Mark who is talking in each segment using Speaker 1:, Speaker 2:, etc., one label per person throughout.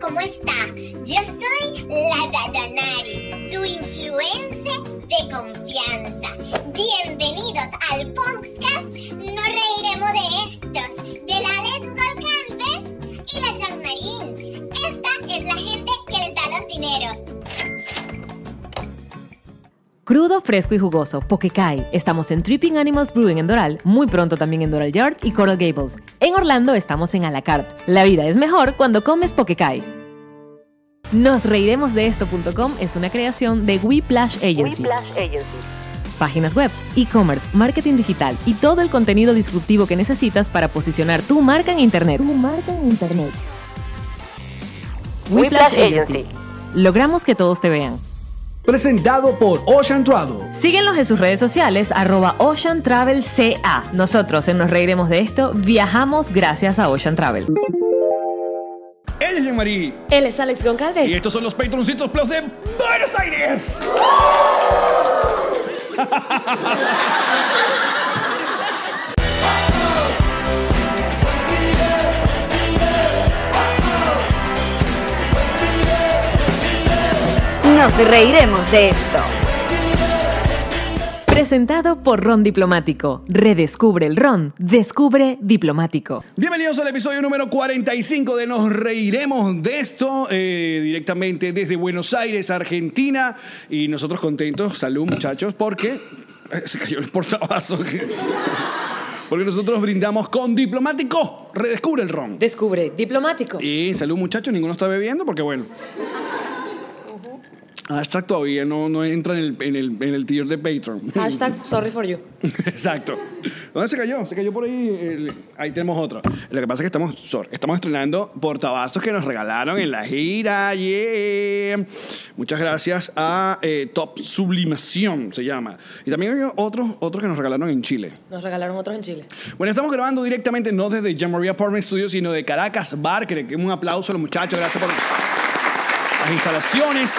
Speaker 1: ¿cómo está? Yo soy la Dadanari, tu influencer de confianza. Bienvenidos al podcast No reiremos de estos, de la Let's Go Canvas y la Jean Marín. Esta es la gente que les da los dineros.
Speaker 2: Crudo, fresco y jugoso, Pokekai. Estamos en Tripping Animals Brewing en Doral, muy pronto también en Doral Yard y Coral Gables. En Orlando estamos en A la Carte. La vida es mejor cuando comes Pokekai. Nos reiremos de esto.com es una creación de Whiplash Agency. Páginas web, e-commerce, marketing digital y todo el contenido disruptivo que necesitas para posicionar tu marca en Internet. Tu marca en Internet. Whiplash Agency. Logramos que todos te vean.
Speaker 3: Presentado por Ocean Travel.
Speaker 2: Síguenos en sus redes sociales, arroba Ocean Travel CA. Nosotros en Nos Reiremos de Esto viajamos gracias a Ocean Travel.
Speaker 3: Ella es Jean-Marie.
Speaker 2: Él es Alex
Speaker 3: Y
Speaker 2: Goncalves.
Speaker 3: estos son los Patroncitos Plus de Buenos Aires.
Speaker 4: Nos reiremos de esto.
Speaker 2: Presentado por Ron Diplomático. Redescubre el Ron. Descubre Diplomático.
Speaker 3: Bienvenidos al episodio número 45 de Nos Reiremos de esto, eh, directamente desde Buenos Aires, Argentina. Y nosotros contentos, salud muchachos, porque eh, se cayó el portabazo. Porque nosotros brindamos con diplomático. Redescubre el ron.
Speaker 2: Descubre Diplomático.
Speaker 3: Y salud muchachos, ninguno está bebiendo porque bueno. Hashtag todavía no, no entra en el, en, el, en el tier de Patreon.
Speaker 5: Hashtag sorry for you.
Speaker 3: Exacto. ¿Dónde se cayó? Se cayó por ahí. el- ahí tenemos otro. Lo que pasa es que estamos, sorry, estamos estrenando portavasos que nos regalaron en la gira. Yeah. Muchas gracias a eh, Top Sublimación, se llama. Y también hay otros, otros que nos regalaron en Chile.
Speaker 5: Nos regalaron otros en Chile.
Speaker 3: Bueno, estamos grabando directamente no desde Jamaria Apartment Studios, sino de Caracas Bar. Que le- un aplauso a los muchachos. Gracias por las instalaciones.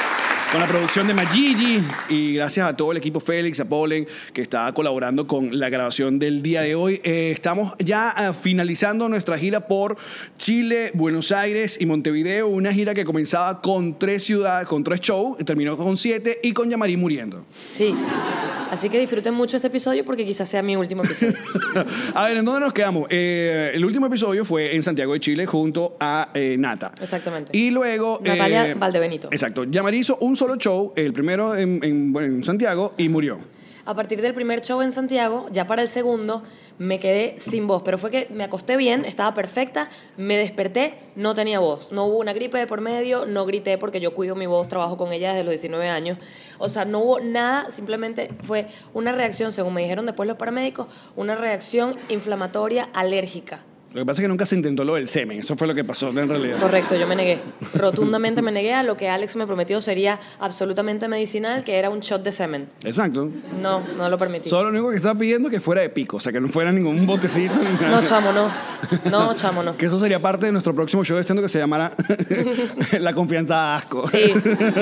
Speaker 3: Con la producción de Magigi y gracias a todo el equipo Félix, a Polen, que está colaborando con la grabación del día de hoy. Eh, estamos ya ah, finalizando nuestra gira por Chile, Buenos Aires y Montevideo. Una gira que comenzaba con tres ciudades, con tres shows, y terminó con siete y con Yamari muriendo.
Speaker 5: Sí. Así que disfruten mucho este episodio porque quizás sea mi último episodio.
Speaker 3: a ver, ¿en dónde nos quedamos? Eh, el último episodio fue en Santiago de Chile junto a eh, Nata.
Speaker 5: Exactamente.
Speaker 3: Y luego... eh,
Speaker 5: Natalia Valdebenito.
Speaker 3: Exacto. Yamari hizo un solo show, el primero en, en- bueno, en Santiago, y murió.
Speaker 5: A partir del primer show en Santiago, ya para el segundo, me quedé sin voz. Pero fue que me acosté bien, estaba perfecta, me desperté, no tenía voz. No hubo una gripe de por medio, no grité porque yo cuido mi voz, trabajo con ella desde los 19 años. O sea, no hubo nada, simplemente fue una reacción, según me dijeron después los paramédicos, una reacción inflamatoria alérgica.
Speaker 3: Lo que pasa es que nunca se intentó lo del semen. Eso fue lo que pasó en realidad.
Speaker 5: Correcto, yo me negué. Rotundamente me negué a lo que Alex me prometió sería absolutamente medicinal, que era un shot de semen.
Speaker 3: Exacto.
Speaker 5: No, no lo permití.
Speaker 3: Solo lo único que estaba pidiendo que fuera de pico, o sea, que no fuera ningún botecito. ni nada.
Speaker 5: No, chamo, no. No, chamo, no.
Speaker 3: Que eso sería parte de nuestro próximo show de estando que se llamara La confianza da asco.
Speaker 5: Sí,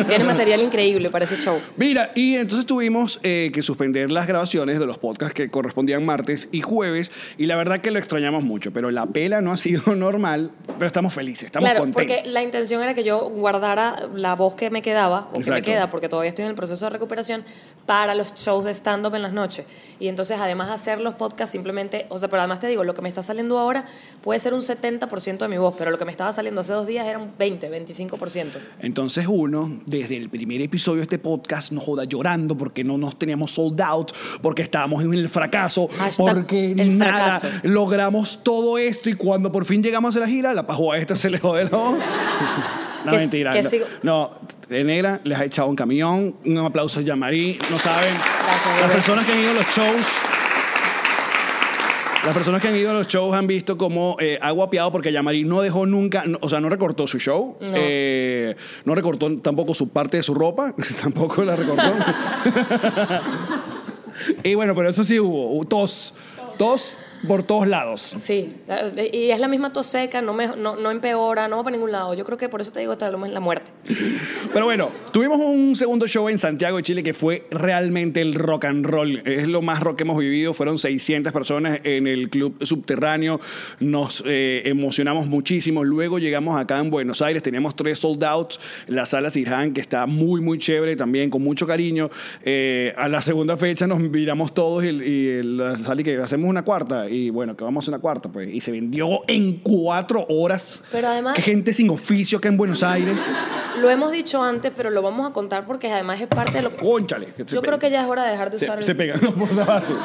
Speaker 5: viene material increíble para ese show.
Speaker 3: Mira, y entonces tuvimos eh, que suspender las grabaciones de los podcasts que correspondían martes y jueves, y la verdad que lo extrañamos mucho, pero la pela no ha sido normal, pero estamos felices, estamos
Speaker 5: claro,
Speaker 3: contentos.
Speaker 5: porque la intención era que yo guardara la voz que me quedaba, o que me
Speaker 3: Exacto.
Speaker 5: queda, porque todavía estoy en el proceso de recuperación, para los shows de stand-up en las noches. Y entonces, además, hacer los podcasts simplemente, o sea, pero además te digo, lo que me está saliendo ahora puede ser un 70% de mi voz, pero lo que me estaba saliendo hace dos días era un 20, 25%.
Speaker 3: Entonces uno, desde el primer episodio de este podcast, nos joda llorando porque no nos teníamos sold out, porque estábamos en el fracaso,
Speaker 5: Hashtag
Speaker 3: porque
Speaker 5: el
Speaker 3: nada,
Speaker 5: fracaso.
Speaker 3: logramos todo esto y cuando por fin llegamos a la gira, la pajo a esta se le jode la voz. No,
Speaker 5: Que-
Speaker 3: mentira.
Speaker 5: que
Speaker 3: no.
Speaker 5: sigo-
Speaker 3: No, de negra les ha echado un camión. Un aplauso a Yamarí. No saben.
Speaker 5: Gracias,
Speaker 3: Las
Speaker 5: bebé.
Speaker 3: personas que han ido a los shows. Las personas que han ido a los shows han visto como eh, ha guapeado porque Yamari no dejó nunca, no- o sea, no recortó su show,
Speaker 5: No.
Speaker 3: eh, no recortó tampoco su parte de su ropa, tampoco la recortó. y bueno, pero eso sí hubo, hubo tos, tos por todos lados.
Speaker 5: Sí, la- y es la misma tos seca, no, me, no, no empeora, no va para ningún lado. Yo creo que por eso te digo hasta lo- la muerte.
Speaker 3: Pero bueno, tuvimos un segundo show en Santiago de Chile que fue realmente el rock and roll. Es lo más rock que hemos vivido. Fueron 600 personas en el club subterráneo. Nos eh, emocionamos muchísimo. Luego llegamos acá en Buenos Aires. Teníamos tres sold outs. La sala Sirhan, que está muy, muy chévere también, con mucho cariño. Eh, a la segunda fecha nos miramos todos y, y la sala y que hacemos una cuarta. Y bueno, que vamos a una cuarta, pues. Y se vendió en cuatro horas.
Speaker 5: Pero además-
Speaker 3: Qué gente sin oficio acá en Buenos Aires.
Speaker 5: Lo hemos dicho antes, pero lo vamos a contar porque además es parte de lo...
Speaker 3: Cónchale.
Speaker 5: Yo creo que ya es hora de dejar de usar...
Speaker 3: Oh, se,
Speaker 5: el-
Speaker 3: se pegan los portavasos.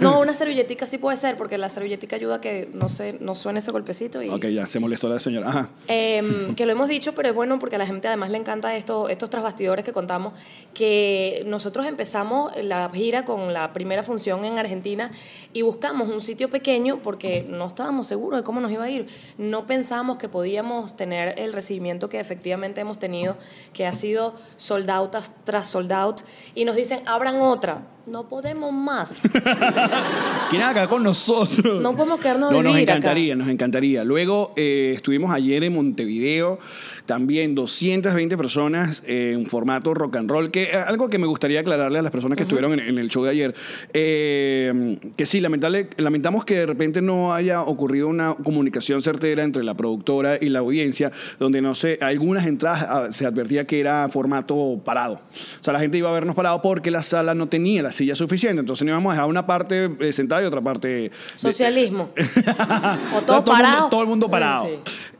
Speaker 5: No, una servilletica sí puede ser, porque la servilletica ayuda a que no, se, no suene ese golpecito y...
Speaker 3: ok, ya, se molestó la señora. Ajá.
Speaker 5: Em, que lo hemos dicho, pero es bueno porque a la gente además le encanta esto, estos trasbastidores que contamos, que nosotros empezamos la gira con la primera función en Argentina y buscamos un sitio pequeño porque no estábamos seguros de cómo nos iba a ir. No pensábamos que podíamos tener el recibimiento que efectivamente hemos tenido, que ha sido sold out tras- tras sold out, y nos dicen, abran otra. No podemos más.
Speaker 3: ¿Quieren acá con nosotros?
Speaker 5: No podemos quedarnos a
Speaker 3: No, nos
Speaker 5: vivir acá.
Speaker 3: encantaría, nos encantaría. Luego eh, estuvimos ayer en Montevideo, también 220 personas eh, en formato rock and roll, que eh, algo que me gustaría aclararle a las personas que estuvieron en, en el show de ayer, eh, que sí, lamentable, lamentamos que de repente no haya ocurrido una comunicación certera entre la productora y la audiencia, donde no sé, algunas entradas ah, se advertía que era formato parado. O sea, la gente iba a vernos parado porque la sala no tenía la silla suficiente, entonces no íbamos a dejar una parte eh, sentada y otra parte... de-
Speaker 5: Socialismo. o
Speaker 3: Está
Speaker 5: todo,
Speaker 3: el mundo-
Speaker 5: parado.
Speaker 3: todo el mundo
Speaker 5: Sí,
Speaker 3: parado.
Speaker 5: sí.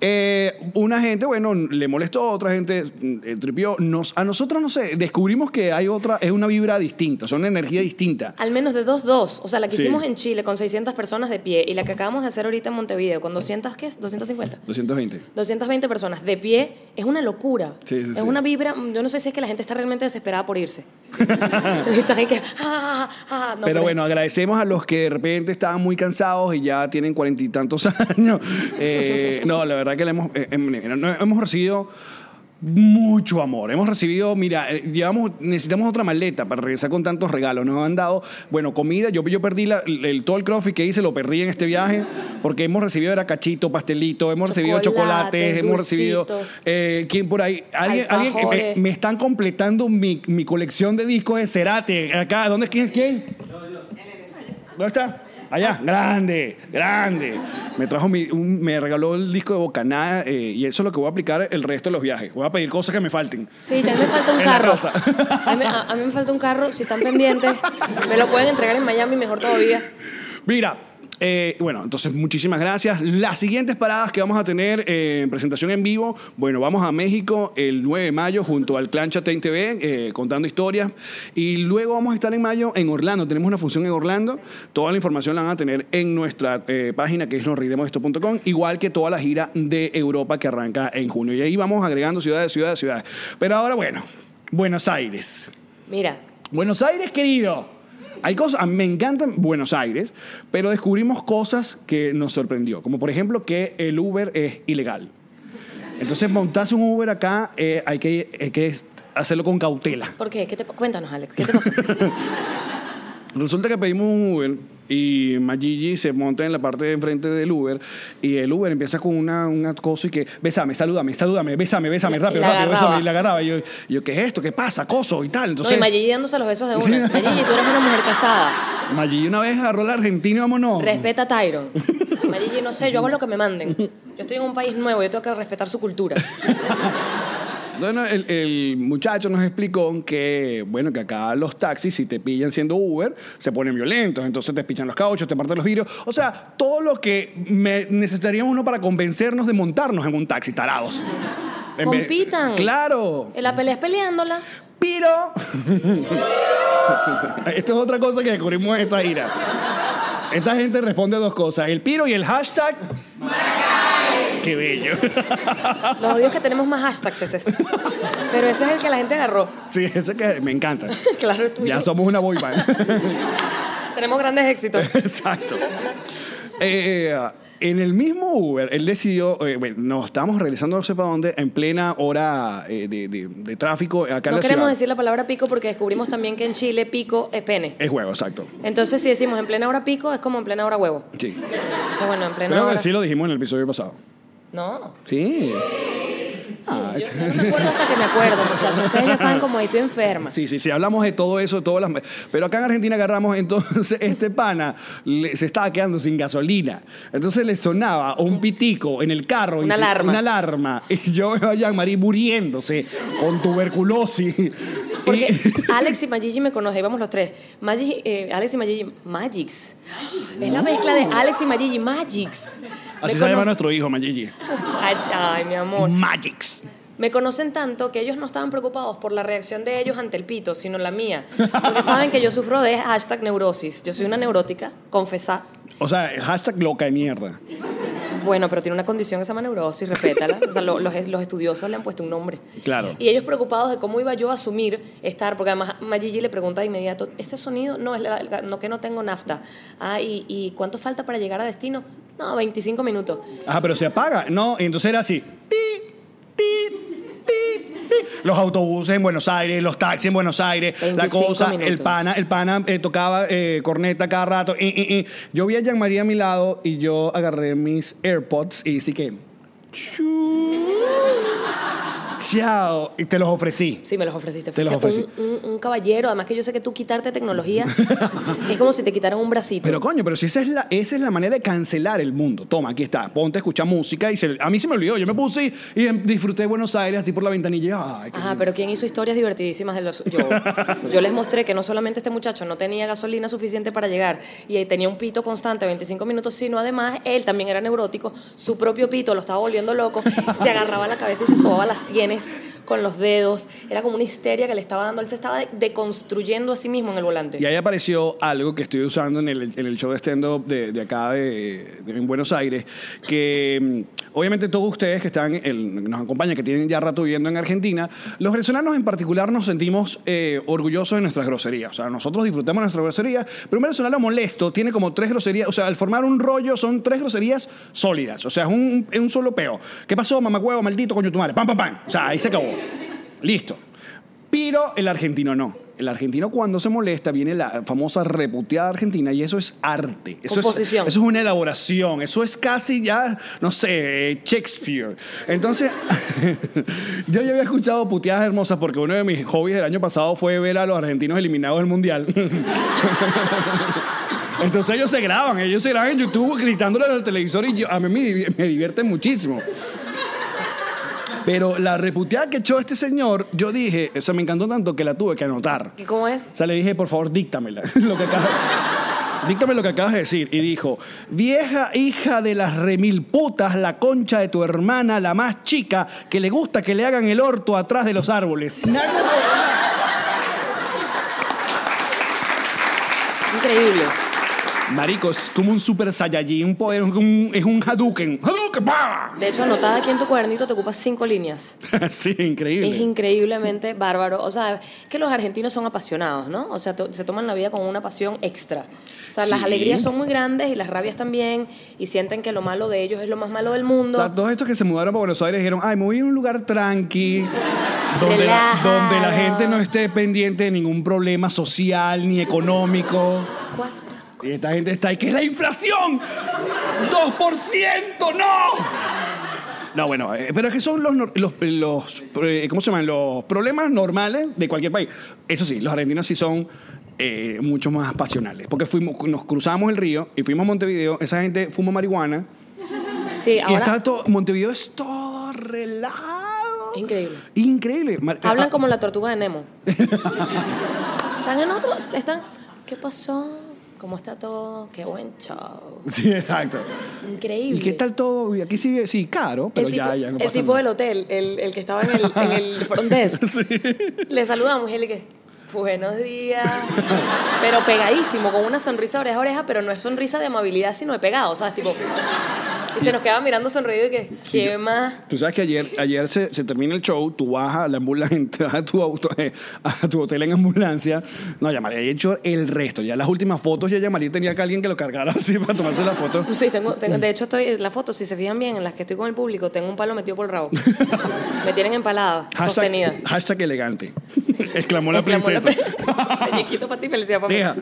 Speaker 3: Eh, una gente, bueno, le molestó, otra gente mm, eh, tripió. Nos, a nosotros, no sé, descubrimos que hay otra, es una vibra distinta, son energía distinta.
Speaker 5: Al menos de 2-2. O sea, la que
Speaker 3: Sí.
Speaker 5: hicimos en Chile con 600 personas de pie y la que acabamos de hacer ahorita en Montevideo con 200, ¿qué es? 250.
Speaker 3: 220.
Speaker 5: 220 personas de pie es una locura.
Speaker 3: Sí, sí,
Speaker 5: es
Speaker 3: sí.
Speaker 5: una vibra. Yo no sé si es que la gente está realmente desesperada por irse. Están ahí que, ah, ah, ah, ah. No,
Speaker 3: pero bueno, agradecemos a los que de repente estaban muy cansados y ya tienen cuarenta y tantos años. Eh, no, la verdad que le hemos, eh, em, no, hemos recibido mucho amor. Hemos recibido, mira, eh, llevamos, necesitamos otra maleta para regresar con tantos regalos. Nos han dado, bueno, comida. Yo, yo perdí la- el, todo el crossfit que hice, lo perdí en este viaje, porque hemos recibido era cachito, pastelito, hemos recibido
Speaker 5: Chocolates,
Speaker 3: chocolates, hemos recibido.
Speaker 5: dulcitos.
Speaker 3: eh, ¿Quién por ahí? Alguien, alguien que me,
Speaker 5: Alfajores.
Speaker 3: me están completando mi, mi colección de discos de Cerati. Acá, ¿dónde es quién? ¿Quién? ¿Dónde está? Allá, grande, grande. Me trajo mi, un- me regaló el disco de Bocaná eh, y eso es lo que voy a aplicar el resto de los viajes. Voy a pedir cosas que me falten.
Speaker 5: Sí, ya me falta un
Speaker 3: En la
Speaker 5: carro.
Speaker 3: casa.
Speaker 5: A mí, a- a mí me falta un carro. Si están pendientes, me lo pueden entregar en Miami, mejor todavía.
Speaker 3: Mira, eh, bueno, entonces muchísimas gracias. Las siguientes paradas que vamos a tener eh, en presentación en vivo, bueno, vamos a México el 9 de mayo junto al Clan Chatén TV, eh, contando historias. Y luego vamos a estar en mayo en Orlando. Tenemos una función en Orlando. Toda la información la van a tener en nuestra eh, página que es nosreiremosesto.com, igual que toda la gira de Europa que arranca en junio. Y ahí vamos agregando ciudades, ciudades, ciudades. Pero ahora, bueno, Buenos Aires.
Speaker 5: Mira,
Speaker 3: Buenos Aires, querido. Hay cosas, a mí me encantan Buenos Aires, pero descubrimos cosas que nos sorprendió, como por ejemplo que el Uber es ilegal. Entonces montarse un Uber acá eh, hay, que, hay que hacerlo con cautela.
Speaker 5: ¿por qué? ¿Qué te pa- Cuéntanos, Alex. ¿Qué te pasó?
Speaker 3: Resulta que pedimos un Uber y Magigi se monta en la parte de enfrente del Uber y el Uber empieza con una, un acoso y que, besame, salúdame, salúdame, besame, besame,
Speaker 5: Y
Speaker 3: rápido,
Speaker 5: la
Speaker 3: rápido,
Speaker 5: agarraba.
Speaker 3: besame", y la agarraba. Y yo, y yo, ¿qué es esto? ¿Qué pasa? Acoso y tal.
Speaker 5: No,
Speaker 3: Entonces,
Speaker 5: y Mayigi dándose los besos de una.
Speaker 3: Sí.
Speaker 5: Mayigi, tú eres una mujer casada.
Speaker 3: Magigi una vez agarró al argentino y vámonos.
Speaker 5: Respeta a Tyron. Marigi, no sé, yo hago lo que me manden. Yo estoy en un país nuevo, yo tengo que respetar su cultura.
Speaker 3: Bueno, el, el muchacho nos explicó que, bueno, que acá los taxis, si te pillan siendo Uber, se ponen violentos, entonces te pichan los cauchos, te parten los vidrios. O sea, todo lo que me- necesitaría uno para convencernos de montarnos en un taxi, tarados. En vez-
Speaker 5: Compitan.
Speaker 3: claro.
Speaker 5: La pelea es peleándola.
Speaker 3: Piro. Esto es otra cosa que descubrimos en esta ira. Esta gente responde a dos cosas, el piro y el hashtag. Qué bello.
Speaker 5: Los odios que tenemos más hashtags es ese. Pero ese es el que la gente agarró.
Speaker 3: Sí, eso que me encanta.
Speaker 5: Claro, es tuyo.
Speaker 3: Ya somos una boy band.
Speaker 5: Tenemos grandes éxitos.
Speaker 3: Exacto. Eh, en el mismo Uber, él decidió, eh, bueno, nos estábamos regresando no sé para dónde, en plena hora eh, de, de- de tráfico acá en
Speaker 5: No
Speaker 3: la ciudad.
Speaker 5: queremos decir la palabra pico porque descubrimos también que en Chile pico es pene.
Speaker 3: Es juego, exacto.
Speaker 5: Entonces, si decimos en plena hora pico, es como en plena hora huevo.
Speaker 3: Sí.
Speaker 5: Entonces, bueno, en plena
Speaker 3: Creo
Speaker 5: hora.
Speaker 3: que sí lo dijimos en el episodio pasado.
Speaker 5: No.
Speaker 3: Sí. Ah,
Speaker 5: Yo no me acuerdo hasta que me acuerdo, muchachos. Ustedes ya saben como ahí estoy enferma.
Speaker 3: Sí, sí, sí, hablamos de todo eso, de todas las... Pero acá en Argentina agarramos, entonces, este pana le- se estaba quedando sin gasolina. Entonces le sonaba un pitico en el carro. y
Speaker 5: Una
Speaker 3: se-
Speaker 5: alarma.
Speaker 3: Una alarma. Y yo veo a Jean-Marie muriéndose con tuberculosis.
Speaker 5: Porque
Speaker 3: Y-
Speaker 5: Alex y Magigi me conocen, íbamos los tres. Magigi, eh, Alex y Magigi, Magix. Es la mezcla de Alex y Magigi, Magix. Me
Speaker 3: Así se Mm. llama
Speaker 5: cono-
Speaker 3: nuestro hijo, Mayigi.
Speaker 5: Ay, ay, mi amor.
Speaker 3: Magix.
Speaker 5: Me conocen tanto que ellos no estaban preocupados por la reacción de ellos ante el pito, sino la mía. Porque saben que yo sufro de hashtag neurosis. Yo soy una neurótica, confesá.
Speaker 3: O sea, hashtag loca de mierda.
Speaker 5: Bueno, pero tiene una condición que se llama neurosis, respétala. O sea, lo- los, los estudiosos le han puesto un nombre.
Speaker 3: Claro.
Speaker 5: Y ellos preocupados de cómo iba yo a asumir estar, porque además Mayigi le pregunta de inmediato, ¿este sonido? No, es la- la- no que no tengo nafta. Ah, ¿y, ¿y cuánto falta para llegar a destino? No, 25 minutos.
Speaker 3: Ajá, pero se apaga. No, y entonces era así. Ti, ti, ti, ti. Los autobuses en Buenos Aires, los taxis en Buenos Aires, la
Speaker 5: 25
Speaker 3: cosa, el
Speaker 5: minutos.
Speaker 3: pana, el pana eh, tocaba eh, corneta cada rato. eh, eh, eh. Yo vi a Jean María a mi lado y yo agarré mis AirPods y sí que. chu, Chao. Y te los ofrecí.
Speaker 5: Sí, me los ofreciste.
Speaker 3: Te los
Speaker 5: Fuiste Un, un- un caballero, además que yo sé que tú quitarte tecnología es como si te quitaran un bracito.
Speaker 3: Pero coño, pero si esa es la, esa es la manera de cancelar el mundo. Toma, aquí está. Ponte a escuchar música y se- a mí se me olvidó. Yo me puse y disfruté Buenos Aires así por la ventanilla. Ay, qué
Speaker 5: Ajá, pero ¿quién hizo historias divertidísimas de los...? Yo, yo les mostré que no solamente este muchacho no tenía gasolina suficiente para llegar y eh, tenía un pito constante 25 minutos, sino además él también era neurótico, su propio pito lo estaba volviendo loco, se agarraba la cabeza y se sobaba las sienes con los dedos, era como una histeria que le estaba dando, él se estaba de- deconstruyendo a sí mismo en el volante.
Speaker 3: Y ahí apareció algo que estoy usando en el, en el show de stand-up de, de acá de, de- en Buenos Aires, que mm, obviamente todos ustedes que están, el- nos acompañan, que tienen ya rato viviendo en Argentina, los venezolanos en particular nos sentimos eh, orgullosos de nuestras groserías. O sea, nosotros disfrutamos de nuestras groserías, pero un venezolano molesto tiene como tres groserías, o sea, al formar un rollo son tres groserías sólidas, o sea, es un, es un solo peo. ¿Qué pasó, mamacuevo, maldito, coño tu madre? Pam, pam, pam. O sea, ahí se acabó. Listo. Pero el argentino no. El argentino cuando se molesta viene la famosa reputeada argentina y eso es arte. Eso es, eso
Speaker 5: Composición.
Speaker 3: es una elaboración. Eso es casi ya, no sé, Shakespeare. Entonces, yo ya había escuchado puteadas hermosas porque uno de mis hobbies del año pasado fue ver a los argentinos eliminados del mundial. Entonces ellos se graban, ellos se graban en YouTube gritándole al televisor y yo- a mí me, div- me divierten muchísimo. Pero la reputeada que echó este señor, yo dije, o sea, me encantó tanto que la tuve que anotar.
Speaker 5: ¿Y cómo es?
Speaker 3: O sea, le dije, por favor, díctamela. Lo que acabas, díctame lo que acabas de decir. Y dijo, vieja hija de las remilputas, la concha de tu hermana, la más chica, que le gusta que le hagan el orto atrás de los árboles.
Speaker 5: Increíble.
Speaker 3: Marico, es como un super saiyajin, un poder, un- es un Hadouken. ¡Hadouken! ¡Pah!
Speaker 5: De hecho, anotada aquí en tu cuadernito te ocupas cinco líneas.
Speaker 3: sí,
Speaker 5: Es
Speaker 3: increíble.
Speaker 5: increíblemente bárbaro. O sea, que los argentinos son apasionados, ¿no? O sea, to- se toman la vida con una pasión extra. O sea, las
Speaker 3: Sí.
Speaker 5: alegrías son muy grandes y las rabias también. Y sienten que lo malo de ellos es lo más malo del
Speaker 3: O
Speaker 5: mundo.
Speaker 3: sea, todos estos que se mudaron para Buenos Aires dijeron, ay, me voy a un lugar tranqui, donde la,
Speaker 5: Relajado.
Speaker 3: donde la gente no esté pendiente de ningún problema social ni económico.
Speaker 5: Cuas, cuas, cuas.
Speaker 3: Y esta gente está ahí, que es la inflación. ¡2%! ¡No! No, bueno, eh, pero es que son los, nor- los, los, eh, ¿cómo se llaman? Los problemas normales de cualquier país. Eso sí, los argentinos sí son eh, mucho más pasionales, porque fuimos, nos cruzamos el río y fuimos a Montevideo, esa gente fuma marihuana
Speaker 5: Sí,
Speaker 3: y
Speaker 5: ahora
Speaker 3: está todo, Montevideo es todo relajado.
Speaker 5: Increíble.
Speaker 3: Increíble. Mar-
Speaker 5: hablan
Speaker 3: ah,
Speaker 5: como la tortuga de Nemo. están en otro, están... ¿Qué pasó? ¿Cómo está todo? Qué buen show.
Speaker 3: Sí, exacto.
Speaker 5: Increíble.
Speaker 3: ¿Y qué tal todo? Y Aquí sí, sí, caro, pero
Speaker 5: el
Speaker 3: ya,
Speaker 5: tipo,
Speaker 3: ya no
Speaker 5: el
Speaker 3: pasa
Speaker 5: tipo
Speaker 3: nada.
Speaker 5: del hotel, el, el que estaba en el, en el front desk. Le saludamos y él que, buenos días. Pero pegadísimo, con una sonrisa oreja a oreja, pero no es sonrisa de amabilidad, sino de pegado, ¿sabes? Tipo, Y se nos quedaba mirando sonreído y que, ¿qué más?
Speaker 3: Tú sabes que ayer, ayer se, se termina el show, tú vas a la ambulancia, a tu auto, eh, a tu hotel en ambulancia. No, ya María había hecho el resto. Ya las últimas fotos, ya, ya María tenía que alguien que lo cargara así para tomarse la foto.
Speaker 5: Sí, tengo, tengo-
Speaker 3: Mm.
Speaker 5: de hecho estoy, la foto, si se fijan bien, en las que estoy con el público, tengo un palo metido por el rabo. Me tienen empalada, sostenida.
Speaker 3: Hashtag, hashtag elegante. Exclamó la
Speaker 5: Exclamó la
Speaker 3: princesa.
Speaker 5: pe- Pelliquito para ti, felicidad para mí.
Speaker 3: Deja.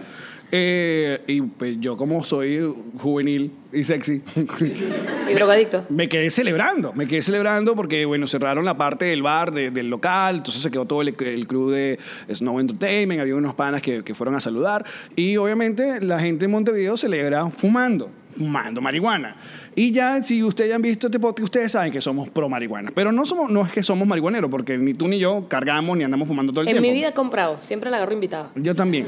Speaker 3: Eh, y pues, yo como soy juvenil y sexy,
Speaker 5: Y drogadicto.
Speaker 3: me quedé celebrando, me quedé celebrando porque, bueno, cerraron la parte del bar, de- del local, entonces se quedó todo el, el crew de Snow Entertainment, había unos panas que, que fueron a saludar y obviamente la gente en Montevideo celebra fumando, fumando marihuana. Y ya, si ustedes han visto este podcast, ustedes saben que somos pro marihuana, pero no, somos, no es que somos marihuaneros, porque ni tú ni yo cargamos ni andamos fumando todo el
Speaker 5: En
Speaker 3: tiempo.
Speaker 5: mi vida he comprado, siempre la agarro invitada.
Speaker 3: Yo también.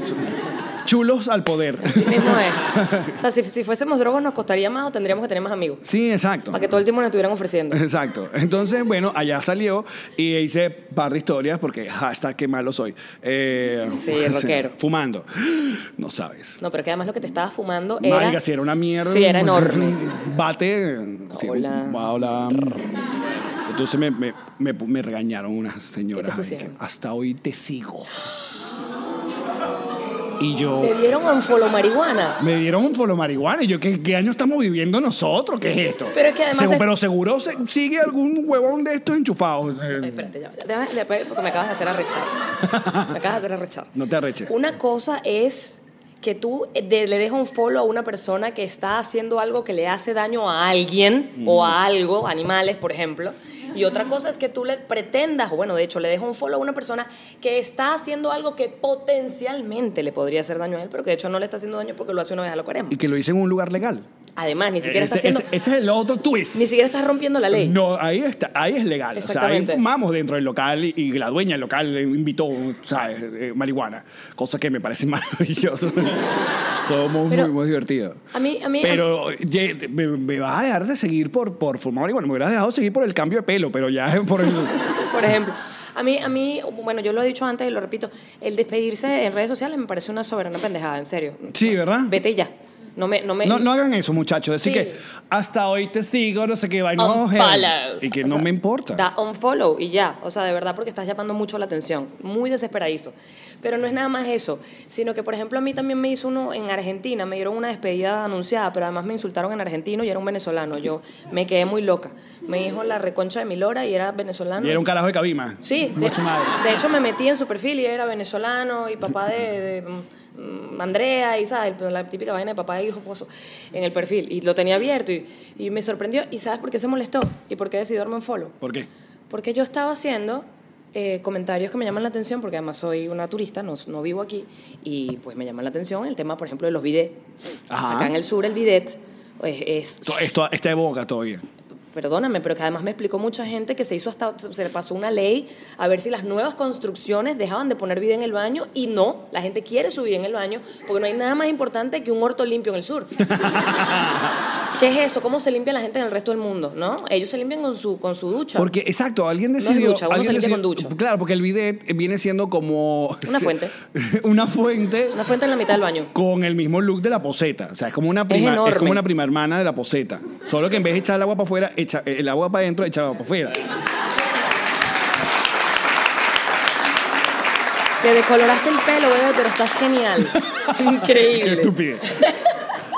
Speaker 3: Chulos al poder.
Speaker 5: Así mismo es. O sea, si, si fuésemos drogos nos costaría más o tendríamos que tener más amigos.
Speaker 3: Sí, exacto.
Speaker 5: Para que todo el tiempo nos estuvieran ofreciendo.
Speaker 3: Exacto. Entonces, bueno, allá salió y hice par de historias porque hashtag qué malo soy. Eh,
Speaker 5: Sí, rockero.
Speaker 3: Fumando. No sabes.
Speaker 5: No, pero que además lo que te estabas fumando era...
Speaker 3: Marica, si era una mierda.
Speaker 5: Sí, era
Speaker 3: pues,
Speaker 5: enorme.
Speaker 3: un Bate. sí,
Speaker 5: Hola.
Speaker 3: un- hola. Entonces me, me, me, me regañaron unas señoras. ay,
Speaker 5: pusieron?
Speaker 3: que Hasta hoy te sigo. Y yo.
Speaker 5: Te dieron anfolo marihuana.
Speaker 3: Me dieron un polo marihuana. Y yo, ¿qué, qué año estamos viviendo nosotros? ¿Qué es esto?
Speaker 5: Pero es que además
Speaker 3: Segu-
Speaker 5: es-
Speaker 3: Pero seguro se- sigue algún huevón de estos enchufados. Eh,
Speaker 5: Ay, espérate, ya, ya, déjame- déjame- porque me acabas de hacer arrechar. Me acabas de hacer arrechar.
Speaker 3: No te arreches.
Speaker 5: Una cosa es que tú eh, de- le dejas un follow a una persona que está haciendo algo que le hace daño a alguien o a algo, animales, por ejemplo. Y otra cosa es que tú le pretendas, o bueno, de hecho, le dejas un follow a una persona que está haciendo algo que potencialmente le podría hacer daño a él, pero que de hecho no le está haciendo daño porque lo hace una vez a lo queremos.
Speaker 3: Y que lo hice en un lugar legal.
Speaker 5: Además, ni siquiera está
Speaker 3: ese,
Speaker 5: haciendo,
Speaker 3: ese- ese es el otro twist.
Speaker 5: ni siquiera estás rompiendo la ley.
Speaker 3: No, ahí está, ahí es legal. O sea, ahí
Speaker 5: Exactamente.
Speaker 3: fumamos dentro del local y, y la dueña del local le invitó, ¿sabes? Eh, marihuana. Cosa que me parece maravilloso. Todo muy,
Speaker 5: Pero-
Speaker 3: muy, muy divertido.
Speaker 5: A mí, a mí,
Speaker 3: Pero oye, me, me vas a dejar de seguir por, por fumar marihuana. Me hubieras dejado seguir por el cambio de pelo, pero ya por eso.
Speaker 5: por ejemplo. A mí, a mí, bueno, yo lo he dicho antes y lo repito, el despedirse en redes sociales me parece una soberana pendejada, en serio.
Speaker 3: Sí, ¿verdad?
Speaker 5: Vete y ya. No me, no me.
Speaker 3: No, no hagan eso, muchachos. Así
Speaker 5: Sí.
Speaker 3: que hasta hoy te sigo, no sé qué vaina. no,
Speaker 5: unfollow.
Speaker 3: hell. Y que
Speaker 5: O
Speaker 3: no
Speaker 5: sea,
Speaker 3: me importa.
Speaker 5: Da unfollow y ya. O sea, de verdad, porque estás llamando mucho la atención. Muy desesperadizo. Pero no es nada más eso. Sino que, por ejemplo, a mí también me hizo uno en Argentina. Me dieron una despedida anunciada, pero además me insultaron en argentino y era un venezolano. Yo me quedé muy loca. Me dijo la reconcha de mi lora y era venezolano.
Speaker 3: Y era un carajo de cabima.
Speaker 5: Sí, de,
Speaker 3: Mucho madre.
Speaker 5: de hecho me metí en su perfil y era venezolano y papá de, de, mm, mm, Andrea y sabes, Pues la típica vaina de papá de hijo esposo en el perfil y lo tenía abierto y, y me sorprendió y sabes por qué se molestó y por qué decidió darme un follow.
Speaker 3: ¿Por qué?
Speaker 5: Porque yo estaba haciendo eh, comentarios que me llaman la atención, porque además soy una turista, no, no vivo aquí, y pues me llaman la atención el tema, por ejemplo, de los bidets.
Speaker 3: Ajá.
Speaker 5: Acá en el sur el bidet pues, es...
Speaker 3: Esto, esto está de boca todavía.
Speaker 5: Perdóname, pero que además me explicó mucha gente que se hizo hasta, se le pasó una ley a ver si las nuevas construcciones dejaban de poner vida en el baño y no, la gente quiere su vida en el baño porque no hay nada más importante que un orto limpio en el sur. ¿Qué es eso? ¿Cómo se limpia la gente en el resto del mundo? ¿No? Ellos se limpian con su, con su ducha.
Speaker 3: Porque, exacto, alguien
Speaker 5: es
Speaker 3: decidió.
Speaker 5: ducha, uno se
Speaker 3: alguien
Speaker 5: limpia con
Speaker 3: decidió-
Speaker 5: ducha.
Speaker 3: Claro, porque el bidet viene siendo como.
Speaker 5: Una fuente.
Speaker 3: una fuente
Speaker 5: Una fuente en la mitad del baño.
Speaker 3: con el mismo look de la poseta. O sea, es como una prima, es,
Speaker 5: enorme.
Speaker 3: como una prima hermana de la poseta. Solo que en vez de echar el agua para afuera, echa el agua para adentro, echa el agua para afuera.
Speaker 5: Te decoloraste el pelo, bebé, pero estás genial.
Speaker 3: Qué
Speaker 5: Increíble.
Speaker 3: estupidez.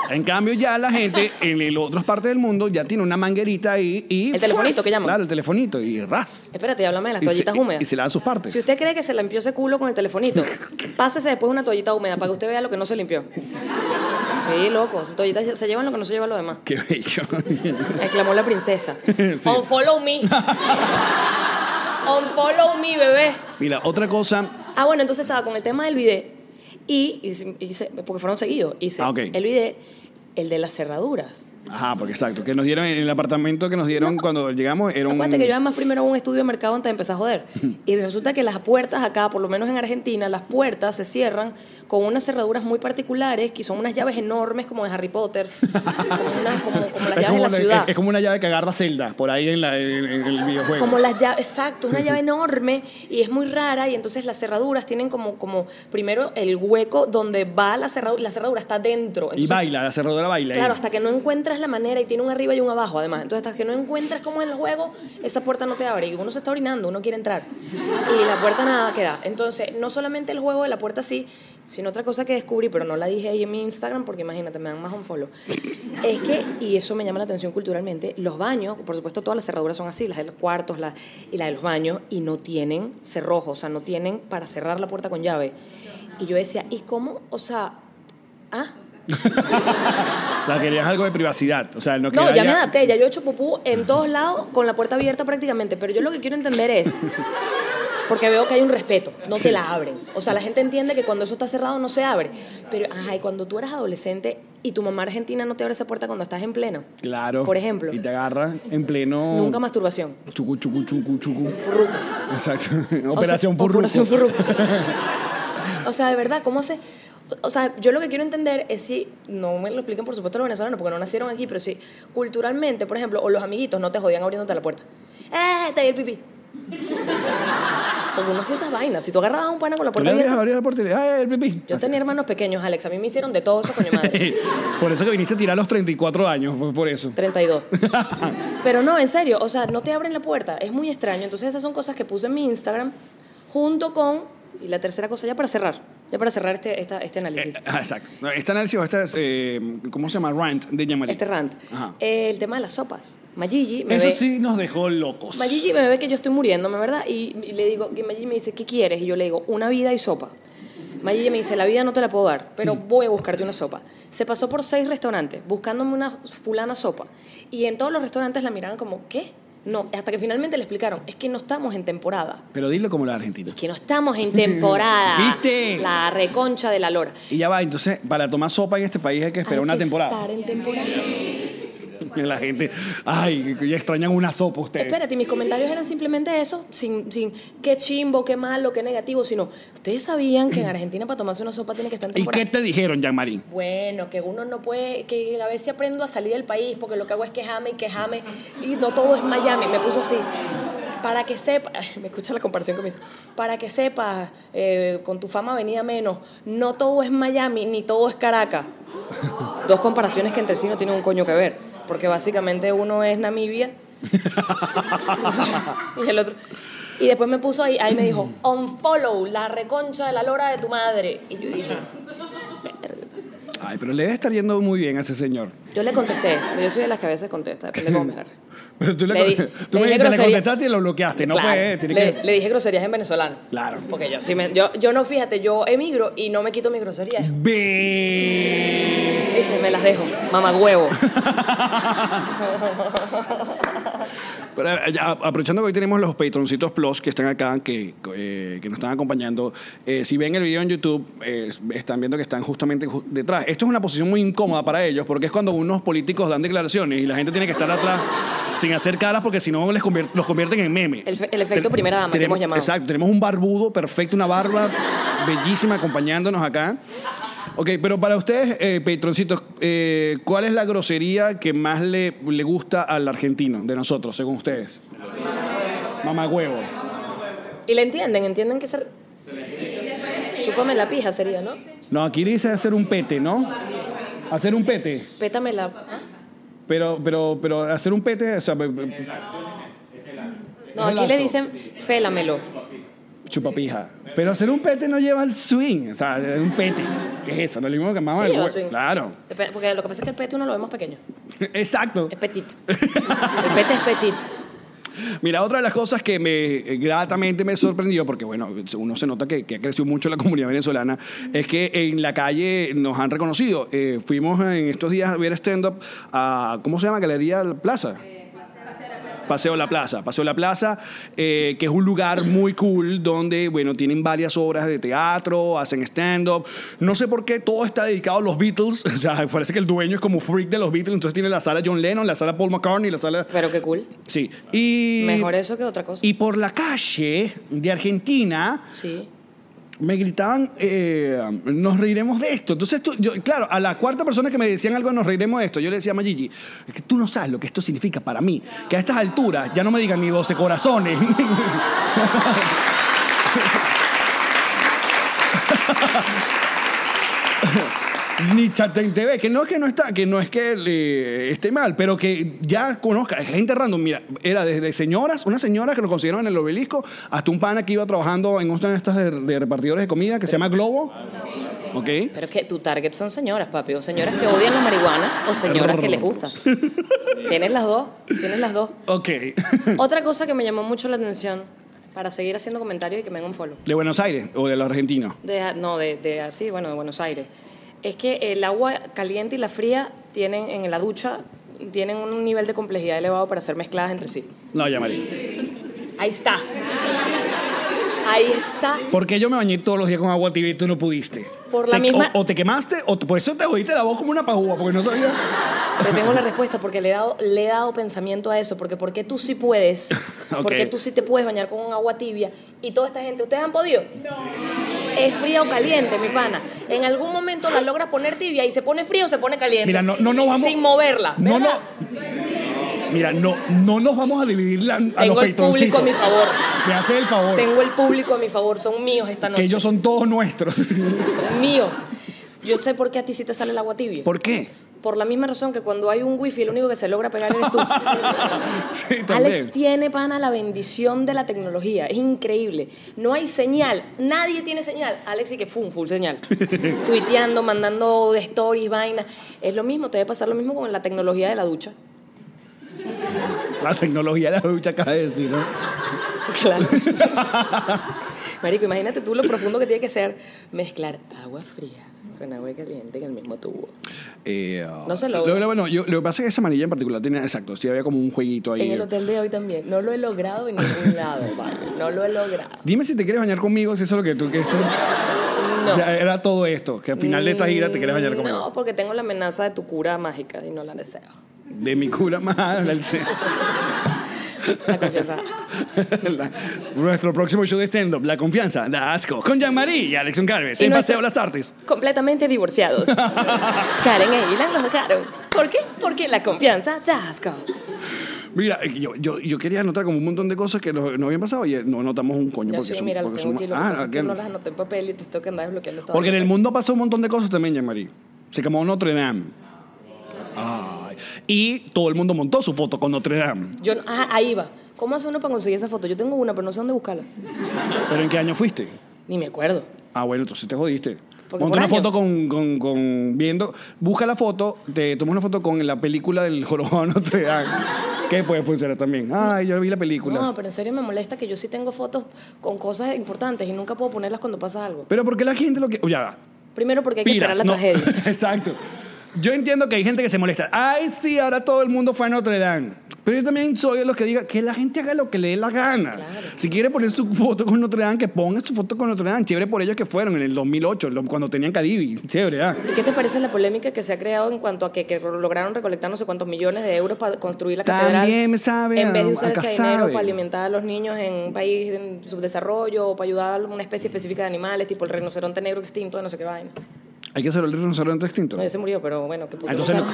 Speaker 3: En cambio, ya la gente en el otras partes del mundo ya tiene una manguerita ahí y.
Speaker 5: El telefonito que llaman.
Speaker 3: Claro, el telefonito y ras.
Speaker 5: Espérate, háblame de las
Speaker 3: Y se-
Speaker 5: toallitas
Speaker 3: y-
Speaker 5: húmedas.
Speaker 3: y se lavan sus partes.
Speaker 5: Si usted cree que se limpió ese culo con el telefonito, pásese después una toallita húmeda para que usted vea lo que no se limpió. Sí, loco, esas toallitas se llevan lo que no se lleva lo demás.
Speaker 3: Qué bello.
Speaker 5: Exclamó la princesa.
Speaker 3: Sí.
Speaker 5: On follow me. On follow me, bebé.
Speaker 3: Mira, otra cosa
Speaker 5: Ah, bueno, entonces estaba con el tema del bidet y hice, hice- porque fueron seguidos, hice
Speaker 3: Ah, ok.
Speaker 5: el bidet, el de las cerraduras.
Speaker 3: Ajá, porque exacto. Que nos dieron en el apartamento que nos dieron cuando llegamos era un.
Speaker 5: Acuérdate que yo además primero hago un estudio de mercado antes de empezar a joder. Y resulta que las puertas acá, por lo menos en Argentina, las puertas se cierran con unas cerraduras muy particulares, que son unas llaves enormes como de Harry Potter, como, unas- como- como las llaves
Speaker 3: es, como
Speaker 5: de la
Speaker 3: una-
Speaker 5: ciudad.
Speaker 3: es- es como una llave que agarra celda por ahí en, la- en- en el videojuego.
Speaker 5: Como las llaves, exacto, es una llave enorme y es muy rara y entonces las cerraduras tienen como, como primero el hueco donde va la cerradura, la cerradura está dentro.
Speaker 3: y
Speaker 5: Entonces,
Speaker 3: baila, la cerradura baila. ahí.
Speaker 5: Claro, hasta que no encuentras encuentras la manera y tiene un arriba y un abajo, además. Entonces, hasta que no encuentras cómo es el juego, esa puerta no te abre. Y uno se está orinando, uno quiere entrar. Y la puerta nada queda. Entonces, no solamente el juego de la puerta sí, sino otra cosa que descubrí, pero no la dije ahí en mi Instagram porque imagínate, me dan más un follow. Es que, y eso me llama la atención culturalmente, los baños, por supuesto, todas las cerraduras son así, las de los cuartos las, y las de los baños, y no tienen cerrojos, o sea, no tienen para cerrar la puerta con llave. Y yo decía, ¿y cómo? O sea, ah.
Speaker 3: O sea, querías algo de privacidad. O sea, no, que
Speaker 5: No, ya
Speaker 3: haya-
Speaker 5: me adapté, ya yo he hecho pupú en todos lados con la puerta abierta prácticamente, pero yo lo que quiero entender es, porque veo que hay un respeto, no
Speaker 3: Sí.
Speaker 5: se la abren. O sea, la gente entiende que cuando eso está cerrado no se abre, pero, ajá, y cuando tú eras adolescente y tu mamá argentina no te abre esa puerta cuando estás en pleno.
Speaker 3: Claro.
Speaker 5: Por ejemplo,
Speaker 3: Y te agarra en pleno.
Speaker 5: nunca masturbación.
Speaker 3: Chucu, chucu, chucu, chucu.
Speaker 5: Furruco.
Speaker 3: Exacto.
Speaker 5: O sea,
Speaker 3: Operación Purruco.
Speaker 5: Operación Furruco. o sea, de verdad, ¿cómo hace? O sea, yo lo que quiero entender es si, no me lo expliquen por supuesto los venezolanos, porque no nacieron aquí, pero si culturalmente, por ejemplo, o los amiguitos no te jodían abriéndote la puerta. ¡Eh, te di el pipí! Porque uno hacía esas vainas. Si tú agarrabas a un pana con la
Speaker 3: Tú
Speaker 5: puerta
Speaker 3: le abrías,
Speaker 5: abierta...
Speaker 3: abrías la puerta y le- ¡Ay, el pipí!
Speaker 5: Yo tenía hermanos pequeños, Alex. A mí me hicieron de todo eso, coño madre.
Speaker 3: Por eso que viniste a tirar a los 34 años, fue por eso.
Speaker 5: 32. Pero no, en serio, o sea, no te abren la puerta, es muy extraño. Entonces esas son cosas que puse en mi Instagram junto con, y la tercera cosa, ya para cerrar, ya para cerrar este, esta- este análisis,
Speaker 3: Ah, Exacto. No, Este análisis o este, eh, ¿cómo se llama? Rant de Yamari.
Speaker 5: este rant,
Speaker 3: Ajá.
Speaker 5: Eh, el tema de las sopas. Mayigi me
Speaker 3: Eso
Speaker 5: ve...
Speaker 3: sí nos dejó locos.
Speaker 5: Mayigi me ve que yo estoy muriéndome, ¿verdad? Y, y le digo, que Mayigi me dice, ¿qué quieres? Y yo le digo, una vida y sopa. Mayigi me dice, la vida no te la puedo dar, pero
Speaker 3: Mm.
Speaker 5: voy a buscarte una sopa. Se pasó por seis restaurantes buscándome una fulana sopa. Y en todos los restaurantes la miraron como, ¿qué? No, hasta que finalmente le explicaron, es que no estamos en temporada.
Speaker 3: Pero dilo como la Argentina.
Speaker 5: Que no estamos en temporada.
Speaker 3: ¿Viste?
Speaker 5: La reconcha de la lora.
Speaker 3: Y ya va, entonces, para tomar sopa en este país hay que esperar
Speaker 5: Hay
Speaker 3: una
Speaker 5: que
Speaker 3: temporada.
Speaker 5: Estar en temporada.
Speaker 3: La gente, ay, ya extrañan una sopa ustedes.
Speaker 5: Espérate, y mis comentarios eran simplemente eso, sin, sin qué chimbo, qué malo, qué negativo, sino, ustedes sabían que en Argentina para tomarse una sopa tiene que estar en
Speaker 3: ¿Y
Speaker 5: temporada.
Speaker 3: qué te dijeron, Jean-Marie?
Speaker 5: Bueno, que uno no puede, que a veces aprendo a salir del país porque lo que hago es quejame y quejame y no todo es Miami, me puso así. Para que sepa, me escucha la comparación que me hizo, para que sepas, eh, con tu fama venía menos, no todo es Miami ni todo es Caracas. Dos comparaciones que entre sí no tienen un coño que ver, porque básicamente uno es Namibia y el otro. Y después me puso ahí, ahí me dijo, unfollow, la reconcha de la lora de tu madre. Y yo dije,
Speaker 3: Ay, pero le debe estar yendo muy bien a ese señor.
Speaker 5: Yo le contesté, pero yo soy de las que a veces contesta, depende cómo me agarre.
Speaker 3: Pero tú le,
Speaker 5: Le
Speaker 3: con-
Speaker 5: dije-
Speaker 3: tú
Speaker 5: le
Speaker 3: me
Speaker 5: dije
Speaker 3: dijiste, le
Speaker 5: grosería.
Speaker 3: contestaste y lo bloqueaste. No
Speaker 5: Claro,
Speaker 3: puedes, tienes
Speaker 5: le,
Speaker 3: que.
Speaker 5: le dije groserías en venezolano.
Speaker 3: Claro.
Speaker 5: Porque yo sí me, yo, yo no, fíjate, yo emigro y no me quito mis groserías.
Speaker 3: Ve.
Speaker 5: Viste, me las dejo. Mamá huevo.
Speaker 3: Pero, eh, ya, aprovechando que hoy tenemos los Patroncitos Plus que están acá, que, eh, que nos están acompañando, eh, si ven el video en YouTube, eh, están viendo que están justamente ju- detrás. Esto es una posición muy incómoda para ellos, porque es cuando unos políticos dan declaraciones y la gente tiene que estar atrás sin hacer caras, porque si no les convier- los convierten en meme.
Speaker 5: El fe- el efecto primera dama que
Speaker 3: tenemos-
Speaker 5: hemos llamado.
Speaker 3: Exacto, tenemos un barbudo perfecto, una barba bellísima acompañándonos acá. Ok, pero para ustedes, eh, patroncitos, eh, ¿cuál es la grosería que más le, le gusta al argentino de nosotros, según ustedes? Mamagüevo.
Speaker 5: Y le entienden, entienden que ser. Chúpame la pija sería, ¿no?
Speaker 3: No, aquí dice hacer un pete, ¿no? Hacer un pete.
Speaker 5: Pétame la. ¿ah?
Speaker 3: Pero, pero, pero hacer un pete, o sea, pe- pe-
Speaker 5: No,
Speaker 3: Es el
Speaker 5: aquí le
Speaker 3: acto.
Speaker 5: dicen félamelo.
Speaker 3: chupapija. Pero hacer un pete no lleva al swing. O sea, un pete. ¿Qué es eso? No le mismo que mamá
Speaker 5: Sí,
Speaker 3: el
Speaker 5: lleva
Speaker 3: hue-
Speaker 5: swing.
Speaker 3: Claro.
Speaker 5: Dep- Porque lo que pasa es que el pete uno lo vemos pequeño.
Speaker 3: Exacto.
Speaker 5: Es petit. El pete es petit.
Speaker 3: Mira, otra de las cosas que me eh, gratamente me sorprendió, porque bueno, uno se nota que, que ha crecido mucho la comunidad venezolana, es que en la calle nos han reconocido. Eh, fuimos en estos días a ver stand-up a, ¿cómo se llama? Galería Plaza. Eh, Paseo La Plaza. Paseo La Plaza, eh, que es un lugar muy cool donde, bueno, tienen varias obras de teatro, hacen stand-up. No sé por qué todo está dedicado a los Beatles. O sea, parece que el dueño es como freak de los Beatles. Entonces tiene la sala John Lennon, la sala Paul McCartney, la sala...
Speaker 5: Pero qué cool.
Speaker 3: Sí. Y...
Speaker 5: Mejor eso que otra cosa.
Speaker 3: Y por la calle de Argentina
Speaker 5: Sí.
Speaker 3: me gritaban, eh, nos reiremos de esto. Entonces, tú- yo, claro, a la cuarta persona que me decían algo, nos reiremos de esto, yo le decía a Mayigi, es que tú no sabes lo que esto significa para mí. Que a estas alturas ya no me digan ni 12 corazones. ni Chatten TV, que no es que no está, que no es que eh, esté mal, pero que ya conozca, es gente random, mira, era desde señoras, una señora que nos consiguieron en el obelisco, hasta un pana que iba trabajando en una de estas de, de repartidores de comida que se llama Globo. Ok.
Speaker 5: Pero es que tu target son señoras, papi. O señoras que odian la marihuana o señoras que les gustas. Tienes las dos. Tienes las dos.
Speaker 3: Ok.
Speaker 5: Otra cosa que me llamó mucho la atención para seguir haciendo comentarios y que me den un follow.
Speaker 3: de Buenos Aires o de la Argentina.
Speaker 5: De- no, de, de así, bueno, de Buenos Aires. Es que el agua caliente y la fría tienen en la ducha tienen un nivel de complejidad elevado para ser mezcladas entre sí.
Speaker 3: No, ya, María.
Speaker 5: Ahí está. Ahí está.
Speaker 3: Porque yo me bañé todos los días con agua tibia y tú no pudiste.
Speaker 5: Por la
Speaker 3: Te-
Speaker 5: misma-
Speaker 3: O, o te quemaste, o t- por eso te jodiste la voz como una pajúa, porque no sabía.
Speaker 5: Te tengo la respuesta porque le he dado, le he dado pensamiento a eso. Porque ¿por qué tú sí puedes?
Speaker 3: Ok.
Speaker 5: ¿Por qué tú sí te puedes bañar con un agua tibia? Y toda esta gente, ¿ustedes han podido? Es fría o caliente, mi pana. En algún momento la logras poner tibia y se pone fría o se pone caliente.
Speaker 3: Mira, no, no nos vamos.
Speaker 5: Sin moverla.
Speaker 3: No, no.
Speaker 5: ¿verdad?
Speaker 3: Mira, no, no nos vamos a dividir la, a
Speaker 5: Tengo
Speaker 3: los
Speaker 5: el público a
Speaker 3: patroncitos.
Speaker 5: mi favor.
Speaker 3: Me hace el favor.
Speaker 5: Tengo el público a mi favor. Son míos esta
Speaker 3: Que
Speaker 5: noche.
Speaker 3: ellos son todos nuestros.
Speaker 5: Son míos. Yo sé por qué a ti sí te sale el agua tibia.
Speaker 3: ¿Por qué?
Speaker 5: Por la misma razón que cuando hay un wifi, el único que se logra pegar eres tú.
Speaker 3: Sí,
Speaker 5: Alex
Speaker 3: también.
Speaker 5: tiene, pana, la bendición de la tecnología. Es increíble. No hay señal. Nadie tiene señal. Alex sí que fum, full señal. Tuiteando, mandando stories, vainas. Es lo mismo. Te debe pasar lo mismo con la tecnología de la ducha.
Speaker 3: La tecnología de la ducha acaba de decir, ¿no?
Speaker 5: Claro. Marico, imagínate tú lo profundo que tiene que ser mezclar agua fría con agua caliente en el mismo tubo.
Speaker 3: Eh,
Speaker 5: No se logra.
Speaker 3: Lo, lo- bueno, yo- lo que pasa es que esa amarilla en particular tenía, exacto, sí había como un jueguito ahí.
Speaker 5: En el hotel de hoy también. No lo he logrado en ningún lado, vale. No lo he logrado.
Speaker 3: Dime si te quieres bañar conmigo, si eso es lo que tú quieres.
Speaker 5: No.
Speaker 3: Ya era todo esto, que al final de esta gira te quieres bañar conmigo.
Speaker 5: Mm, No, porque tengo la amenaza de tu cura mágica y no la deseo.
Speaker 3: De mi cura más. del ce-
Speaker 5: La confianza.
Speaker 3: la- nuestro próximo show de stand-up, La Confianza, da asco, con Jean-Marie y Alex Carves,
Speaker 5: Y
Speaker 3: en
Speaker 5: nuestro-
Speaker 3: Paseo Las Artes.
Speaker 5: Completamente divorciados. Karen e Ilan los dejaron. ¿Por qué? Porque la confianza da asco.
Speaker 3: Mira, eh, yo, yo, yo quería anotar como un montón de cosas que no, no habían pasado y eh, no anotamos un coño.
Speaker 5: Yo
Speaker 3: porque
Speaker 5: sí,
Speaker 3: son-
Speaker 5: mira, los
Speaker 3: porque
Speaker 5: tengo
Speaker 3: son-
Speaker 5: aquí. Lo que
Speaker 3: Ah,
Speaker 5: pasa es que
Speaker 3: aquel-
Speaker 5: no las anoté en papel y te tengo que andar desbloqueando todo.
Speaker 3: Porque en el mundo pasó un montón de cosas también, Jean-Marie. Se quemó Notre Dame. Ay. Y todo el mundo montó su foto con Notre Dame.
Speaker 5: Yo, no- ah, ahí va. ¿Cómo hace uno para conseguir esa foto? Yo tengo una, pero no sé dónde buscarla.
Speaker 3: ¿Pero en qué año fuiste?
Speaker 5: Ni me acuerdo.
Speaker 3: Ah, bueno, entonces te jodiste.
Speaker 5: Porque
Speaker 3: Monta
Speaker 5: por
Speaker 3: una
Speaker 5: año.
Speaker 3: foto con, con- con- viendo. Busca la foto, te tomas una foto con la película del jorobado de Notre Dame. Que puede funcionar también. Ay, yo vi la película.
Speaker 5: No, pero en serio me molesta que yo sí tengo fotos con cosas importantes y nunca puedo ponerlas cuando pasa algo.
Speaker 3: Pero ¿por qué la gente lo que.? Ya va.
Speaker 5: Primero porque hay que
Speaker 3: Piras,
Speaker 5: esperar la
Speaker 3: no.
Speaker 5: tragedia.
Speaker 3: Exacto. Yo entiendo que hay gente que se molesta. Ay, sí, ahora todo el mundo fue a Notre Dame. Pero yo también soy de los que diga que la gente haga lo que le dé la gana. Si quiere poner su foto con Notre Dame, que ponga su foto con Notre Dame. Chévere por ellos que fueron en el 2008, lo- cuando tenían Cadivi. Chévere, ¿ah?
Speaker 5: ¿Y qué te parece la polémica que se ha creado en cuanto a que, que lograron recolectar no sé cuántos millones de euros para construir la catedral?
Speaker 3: También me sabe,
Speaker 5: En vez de
Speaker 3: a- eh.
Speaker 5: usar
Speaker 3: acá
Speaker 5: ese dinero
Speaker 3: sabe.
Speaker 5: para alimentar a los niños en un país en subdesarrollo o para ayudar a una especie específica de animales, tipo el rinoceronte negro extinto, de no sé qué vaina.
Speaker 3: Hay que salvar el rinoceronte extinto.
Speaker 5: No, ya se murió, pero bueno, que
Speaker 3: Ah, entonces no.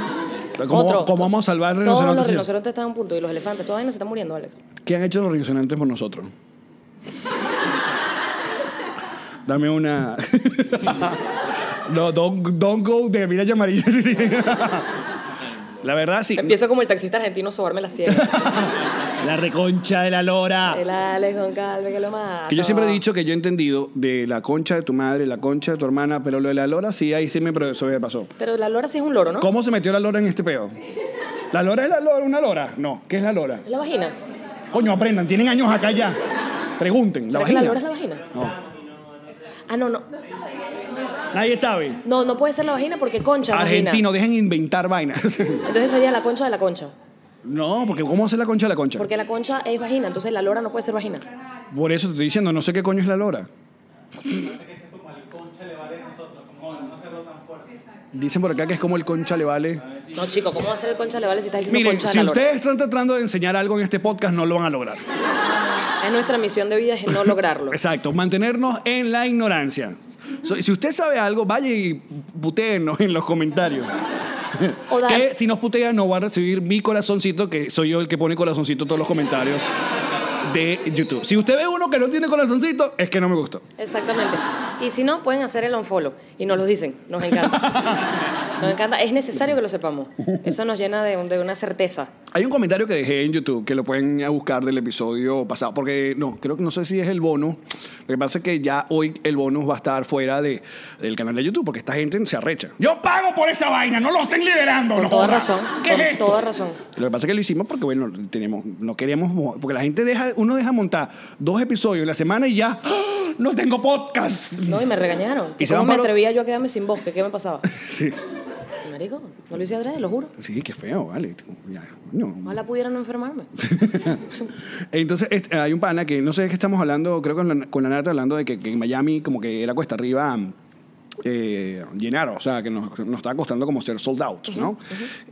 Speaker 3: ¿Cómo- cómo vamos a salvar
Speaker 5: Todos los
Speaker 3: rinocerontes?
Speaker 5: rinocerontes están a un punto y los elefantes, todas vainas se están muriendo, Alex.
Speaker 3: ¿Qué han hecho los rinocerontes por nosotros? Dame una. no, don't, don't go de Mira amarilla. Sí, sí. La verdad, sí.
Speaker 5: Empiezo como el taxista argentino a sobarme las sienes.
Speaker 3: La reconcha de la lora.
Speaker 5: el Alex con calme que lo mata.
Speaker 3: Que yo siempre he dicho que yo he entendido de la concha de tu madre, la concha de tu hermana, pero lo de la lora, sí, ahí sí me pro- sobrepasó.
Speaker 5: Pero la lora sí es un loro, ¿no?
Speaker 3: ¿Cómo se metió la lora en este peo? ¿La lora es la lora, una lora? No, ¿qué es la lora?
Speaker 5: Es la vagina.
Speaker 3: Coño, aprendan, tienen años acá ya. Pregunten, la
Speaker 5: ¿Será que la
Speaker 3: vagina.
Speaker 5: lora es la vagina?
Speaker 3: No.
Speaker 5: Ah, no, no.
Speaker 3: Nadie sabe.
Speaker 5: No, no puede ser la vagina porque concha. es vagina.
Speaker 3: Argentino, dejen inventar vainas.
Speaker 5: Entonces sería la concha de la concha.
Speaker 3: no, porque ¿cómo hace la concha de la concha?
Speaker 5: Porque la concha es vagina, entonces la lora no puede ser vagina.
Speaker 3: Por eso te estoy diciendo, no sé qué coño es la lora. Dicen por acá que es como el concha le vale.
Speaker 5: No, chico, ¿cómo va a ser el concha le vale si estás diciendo
Speaker 3: Miren,
Speaker 5: concha
Speaker 3: si
Speaker 5: a la lora?
Speaker 3: ustedes están tratando de enseñar algo en este podcast, no lo van a lograr.
Speaker 5: Es nuestra misión de vida es no lograrlo.
Speaker 3: Exacto, mantenernos en la ignorancia. So- si usted sabe algo, vaya y putéenos en los comentarios.
Speaker 5: O da-
Speaker 3: Que si nos putea, no va a recibir mi corazoncito, que soy yo el que pone corazoncito en todos los comentarios. de YouTube. Si usted ve uno que no tiene corazoncito, es que no me gustó.
Speaker 5: Exactamente. Y si no, pueden hacer el unfollow. Y nos lo dicen. Nos encanta. Nos encanta. Es necesario que lo sepamos. Eso nos llena de, un- de una certeza.
Speaker 3: Hay un comentario que dejé en YouTube que lo pueden buscar del episodio pasado, porque no, creo que no sé si es el bono. Lo que pasa es que ya hoy el bono va a estar fuera de, del canal de YouTube, porque esta gente se arrecha. Yo pago por esa vaina, no lo estén liberando.
Speaker 5: Con
Speaker 3: no
Speaker 5: toda
Speaker 3: jodan.
Speaker 5: razón.
Speaker 3: ¿Qué es
Speaker 5: Con
Speaker 3: esto?
Speaker 5: toda razón.
Speaker 3: Lo que pasa es que lo hicimos porque, bueno, tenemos, no queríamos, mo- porque la gente deja, uno deja montar dos episodios en la semana y ya, ¡Ah! no tengo podcast.
Speaker 5: No, y me regañaron.
Speaker 3: Y
Speaker 5: ¿Y
Speaker 3: se
Speaker 5: ¿Cómo
Speaker 3: van
Speaker 5: me
Speaker 3: para-
Speaker 5: atrevía yo a quedarme sin voz? ¿Qué, qué me pasaba?
Speaker 3: Sí,
Speaker 5: Marico, no lo hice adrede, lo juro.
Speaker 3: sí, qué feo, vale. Ya, coño.
Speaker 5: Ojalá pudiera no enfermarme.
Speaker 3: Entonces este, hay un pana que no sé de qué estamos hablando, creo que con la, con la Nata hablando de que, que en Miami como que era cuesta arriba eh, llenar, o sea, que nos, nos estaba costando como ser sold out, ¿no?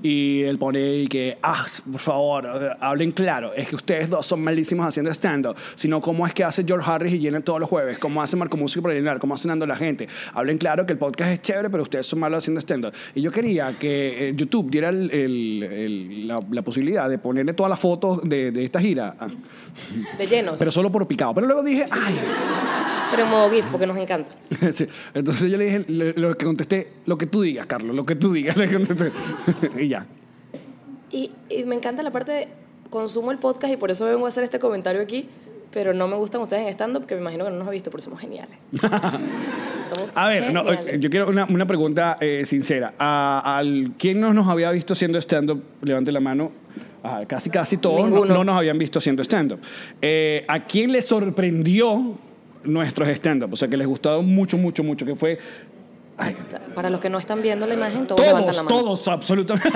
Speaker 3: Y él pone y que, ah, por favor, eh, hablen claro, es que ustedes dos son malísimos haciendo stand-up, sino cómo es que hace George Harris y llenan todos los jueves, cómo hace Marco Músico para llenar, cómo hacen Ando la gente. Hablen claro que el podcast es chévere, pero ustedes son malos haciendo stand-up. Y yo quería que eh, YouTube diera el- el- el- la, la posibilidad de ponerle todas las fotos de, de esta gira. Ah.
Speaker 5: De llenos.
Speaker 3: Pero
Speaker 5: Pero,
Speaker 3: solo por picado. Pero luego dije, ay.
Speaker 5: en modo GIF, porque nos encanta.
Speaker 3: Sí. Entonces yo le dije, le- lo que contesté, lo que tú digas, Carlos, lo que tú digas, le contesté. y ya.
Speaker 5: Y, y me encanta la parte de consumo el podcast y por eso vengo a hacer este comentario aquí, pero no me gustan ustedes en stand-up, que me imagino que no nos han visto, pero somos geniales. somos
Speaker 3: A ver, no,
Speaker 5: geniales.
Speaker 3: yo quiero una, una pregunta eh, sincera. A- al, ¿Quién no nos había visto haciendo stand-up? Levante la mano. Ajá, casi, casi todos no,
Speaker 5: Ninguno.
Speaker 3: no nos habían visto haciendo stand-up. Eh, ¿A quién le sorprendió nuestros stand-up? O sea, que les gustó mucho, mucho, mucho. Que fue
Speaker 5: Para los que no están viendo la imagen, todos, levantan la
Speaker 3: Todos,
Speaker 5: mano.
Speaker 3: todos, absolutamente.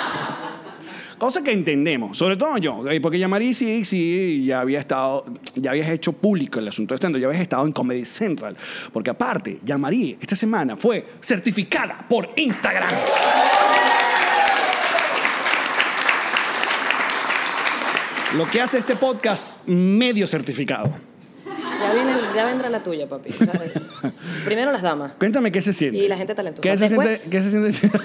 Speaker 3: Cosa que entendemos, sobre todo yo, eh, porque ya Marí sí, sí, eh, ya había estado, ya habías hecho público el asunto de stand ya habías estado en Comedy Central, porque aparte, ya Marí esta semana fue certificada por Instagram. Lo que hace este podcast medio certificado.
Speaker 5: Ya, viene, ya vendrá la tuya, papi. o sea, primero las damas.
Speaker 3: Cuéntame qué se siente.
Speaker 5: Y la gente talentosa.
Speaker 3: ¿Qué se
Speaker 5: Después-
Speaker 3: siente? ¿Qué se siente?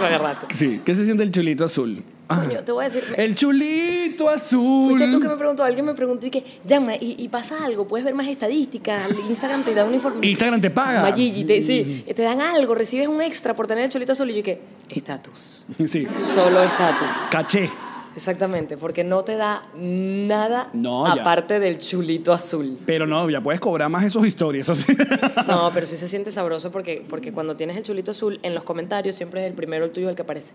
Speaker 5: Lo agarraste.
Speaker 3: Sí, ¿qué se siente el chulito azul?
Speaker 5: Coño, te voy a decir. me-
Speaker 3: El chulito azul.
Speaker 5: Fuiste tú que me preguntó, alguien me preguntó y que, llama, y, y pasa algo, puedes ver más estadísticas, el Instagram te da un informe.
Speaker 3: Instagram te paga. Mm.
Speaker 5: Magigi, te, sí, te dan algo, recibes un extra por tener el chulito azul. Y yo que, estatus,
Speaker 3: Sí,
Speaker 5: solo estatus.
Speaker 3: caché.
Speaker 5: Exactamente, porque no te da nada
Speaker 3: No, ya.
Speaker 5: aparte del chulito azul.
Speaker 3: Pero no, ya puedes cobrar más esos historias, eso sí.
Speaker 5: No, pero sí se siente sabroso porque, porque cuando tienes el chulito azul, en los comentarios siempre es el primero el tuyo el que aparece.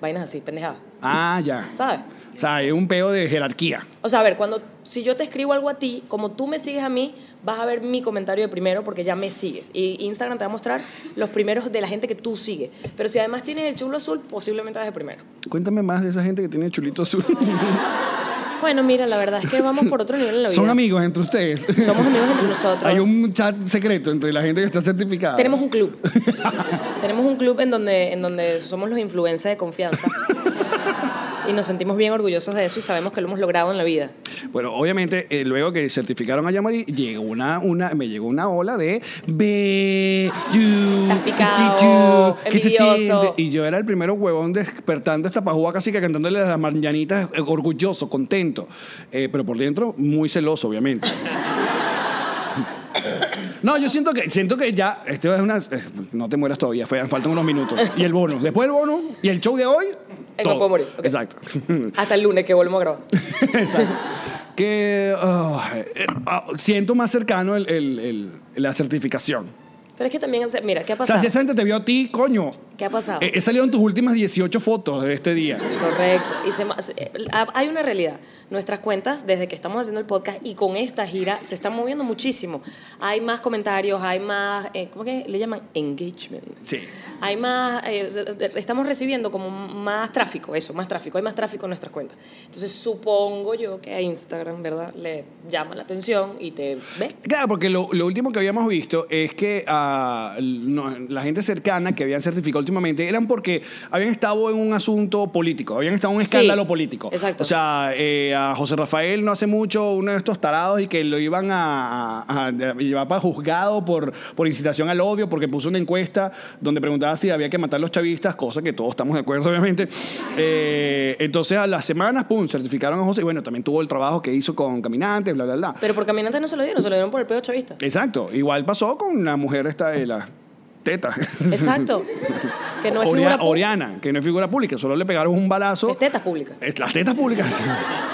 Speaker 5: Vainas así, pendejadas,
Speaker 3: Ah, ya.
Speaker 5: ¿sabes?
Speaker 3: O sea, es un peo de jerarquía.
Speaker 5: O sea, a ver, cuando si yo te escribo algo a ti, como tú me sigues a mí, vas a ver mi comentario de primero porque ya me sigues. Y Instagram te va a mostrar los primeros de la gente que tú sigues. Pero si además tienes el chulo azul, posiblemente vas de primero.
Speaker 3: Cuéntame más de esa gente que tiene el chulito azul.
Speaker 5: Bueno, mira, la verdad es que vamos por otro nivel en la vida.
Speaker 3: Son amigos entre ustedes.
Speaker 5: Somos amigos entre nosotros.
Speaker 3: Hay un chat secreto entre la gente que está certificada.
Speaker 5: Tenemos un club. Tenemos un club en donde, en donde somos los influencers de confianza. Y nos sentimos bien orgullosos de eso y sabemos que lo hemos logrado en la vida.
Speaker 3: Bueno, obviamente, eh, luego que certificaron a Yamari, llegó una, una, me llegó una ola de be you,
Speaker 5: Estás picado,
Speaker 3: que se
Speaker 5: envidioso.
Speaker 3: siente. Y yo era el primero huevón despertando esta pajúa casi que cantándole las mañanitas, eh, orgulloso, contento. Eh, pero por dentro, muy celoso, obviamente. No, yo siento que siento que ya esto es una eh, no te mueras todavía, fe- faltan unos minutos y el bono, después el bono y el show de hoy.
Speaker 5: Eh,
Speaker 3: todo.
Speaker 5: no puedo morir, ok.
Speaker 3: Exacto.
Speaker 5: Hasta el lunes que volvemos a grabar.
Speaker 3: que ah, eh, ah, siento más cercano el, el- el- la certificación.
Speaker 5: Pero es que también, o sea, mira, ¿qué ha
Speaker 3: O sea,
Speaker 5: pasado?
Speaker 3: si esa Eh, gente te vio a ti, coño,
Speaker 5: ¿Qué ha pasado?
Speaker 3: he, he salido en tus últimas 18 fotos de este día.
Speaker 5: Correcto. Y se ma- se- eh, ha- hay una realidad. Nuestras cuentas, desde que estamos haciendo el podcast y con esta gira, se están moviendo muchísimo. Hay más comentarios, hay más, eh, ¿cómo que le llaman? Engagement.
Speaker 3: Sí.
Speaker 5: Hay más, eh, re- re- estamos recibiendo como más tráfico, eso, más tráfico, hay más tráfico en nuestras cuentas. Entonces supongo yo que a Instagram, ¿verdad? Le llama la atención y te ve.
Speaker 3: Claro, porque lo, lo último que habíamos visto es que ah, no, la gente cercana que habían certificado, últimamente eran porque habían estado en un asunto político, habían estado en un escándalo
Speaker 5: Sí,
Speaker 3: político.
Speaker 5: exacto.
Speaker 3: O sea, eh, a José Rafael no hace mucho uno de estos tarados y que lo iban a, a- a llevar para juzgado por, por incitación al odio porque puso una encuesta donde preguntaba si había que matar a los chavistas, cosa que todos estamos de acuerdo, obviamente. Eh, entonces, a las semanas, pum, certificaron a José y bueno, también tuvo el trabajo que hizo con Caminantes, bla, bla, bla.
Speaker 5: Pero por caminantes no se lo dieron, se lo dieron por el peo chavista.
Speaker 3: Exacto. Igual pasó con la mujer esta de las tetas.
Speaker 5: Exacto. que no es
Speaker 3: Oria-
Speaker 5: figura pública.
Speaker 3: Oriana, que no es figura pública, solo le pegaron un balazo.
Speaker 5: Es tetas públicas.
Speaker 3: Es- las tetas públicas.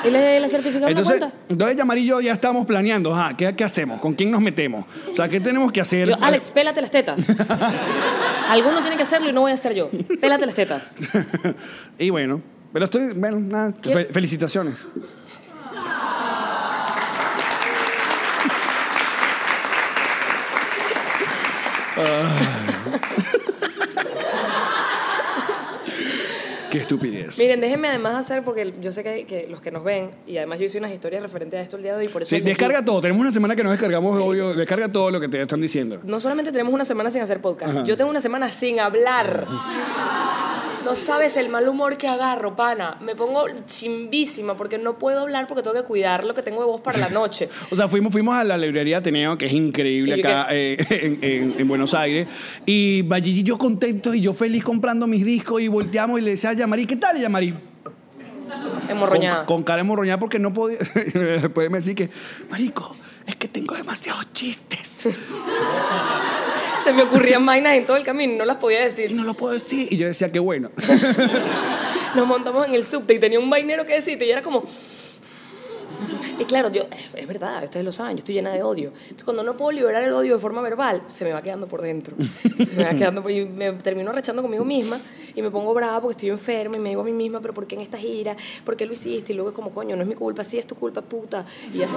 Speaker 5: ¿Y le, le certificaron
Speaker 3: Entonces,
Speaker 5: la cuenta?
Speaker 3: entonces Yamari y yo ya estamos planeando, ajá, ¿qué, qué hacemos? ¿Con quién nos metemos? O sea, ¿qué tenemos que hacer?
Speaker 5: Yo, Alex, pélate las tetas. Alguno tiene que hacerlo y no voy a hacer yo. Pélate las tetas.
Speaker 3: y bueno, pero estoy, bueno, nada,
Speaker 5: ¿Qué?
Speaker 3: fe- felicitaciones. Ah. Qué estupidez.
Speaker 5: Miren, déjenme además hacer, porque yo sé que, que los que nos ven, y además yo hice unas historias referentes a esto el día de hoy, por eso...
Speaker 3: Sí,
Speaker 5: elegí-
Speaker 3: descarga todo. Tenemos una semana que no descargamos audio. Descarga todo lo que te están diciendo.
Speaker 5: No solamente tenemos una semana sin hacer podcast, yo tengo una semana sin hablar. No sabes el mal humor que agarro, pana. Me pongo chimbísima porque no puedo hablar porque tengo que cuidar lo que tengo de voz para la noche.
Speaker 3: O sea, fuimos, fuimos a la librería Ateneo, que es increíble
Speaker 5: ¿Y yo
Speaker 3: acá eh, en, en- en Buenos Aires. Y Vallí y yo contentos y yo feliz comprando mis discos y volteamos y le decía a Yamari, ¿qué tal, Yamari?
Speaker 5: Emborroñada.
Speaker 3: Con, con cara emborroñada porque no podía. Después me decía que, Marico, es que tengo demasiados chistes
Speaker 5: Se me ocurrían vainas en todo el camino, no las podía
Speaker 3: y
Speaker 5: decir.
Speaker 3: no lo puedo decir. Y yo decía, qué bueno.
Speaker 5: Nos montamos en el subte y tenía un vainero que decirte y era como... Y claro, yo, es verdad, ustedes lo saben, yo estoy llena de odio. Entonces, cuando no puedo liberar el odio de forma verbal, se me va quedando por dentro. Se me va quedando por, y me termino rechando conmigo misma y me pongo brava porque estoy enferma y me digo a mí misma, pero ¿por qué en esta gira? ¿Por qué lo hiciste? Y luego es como, coño, no es mi culpa, sí es tu culpa, puta. Y así.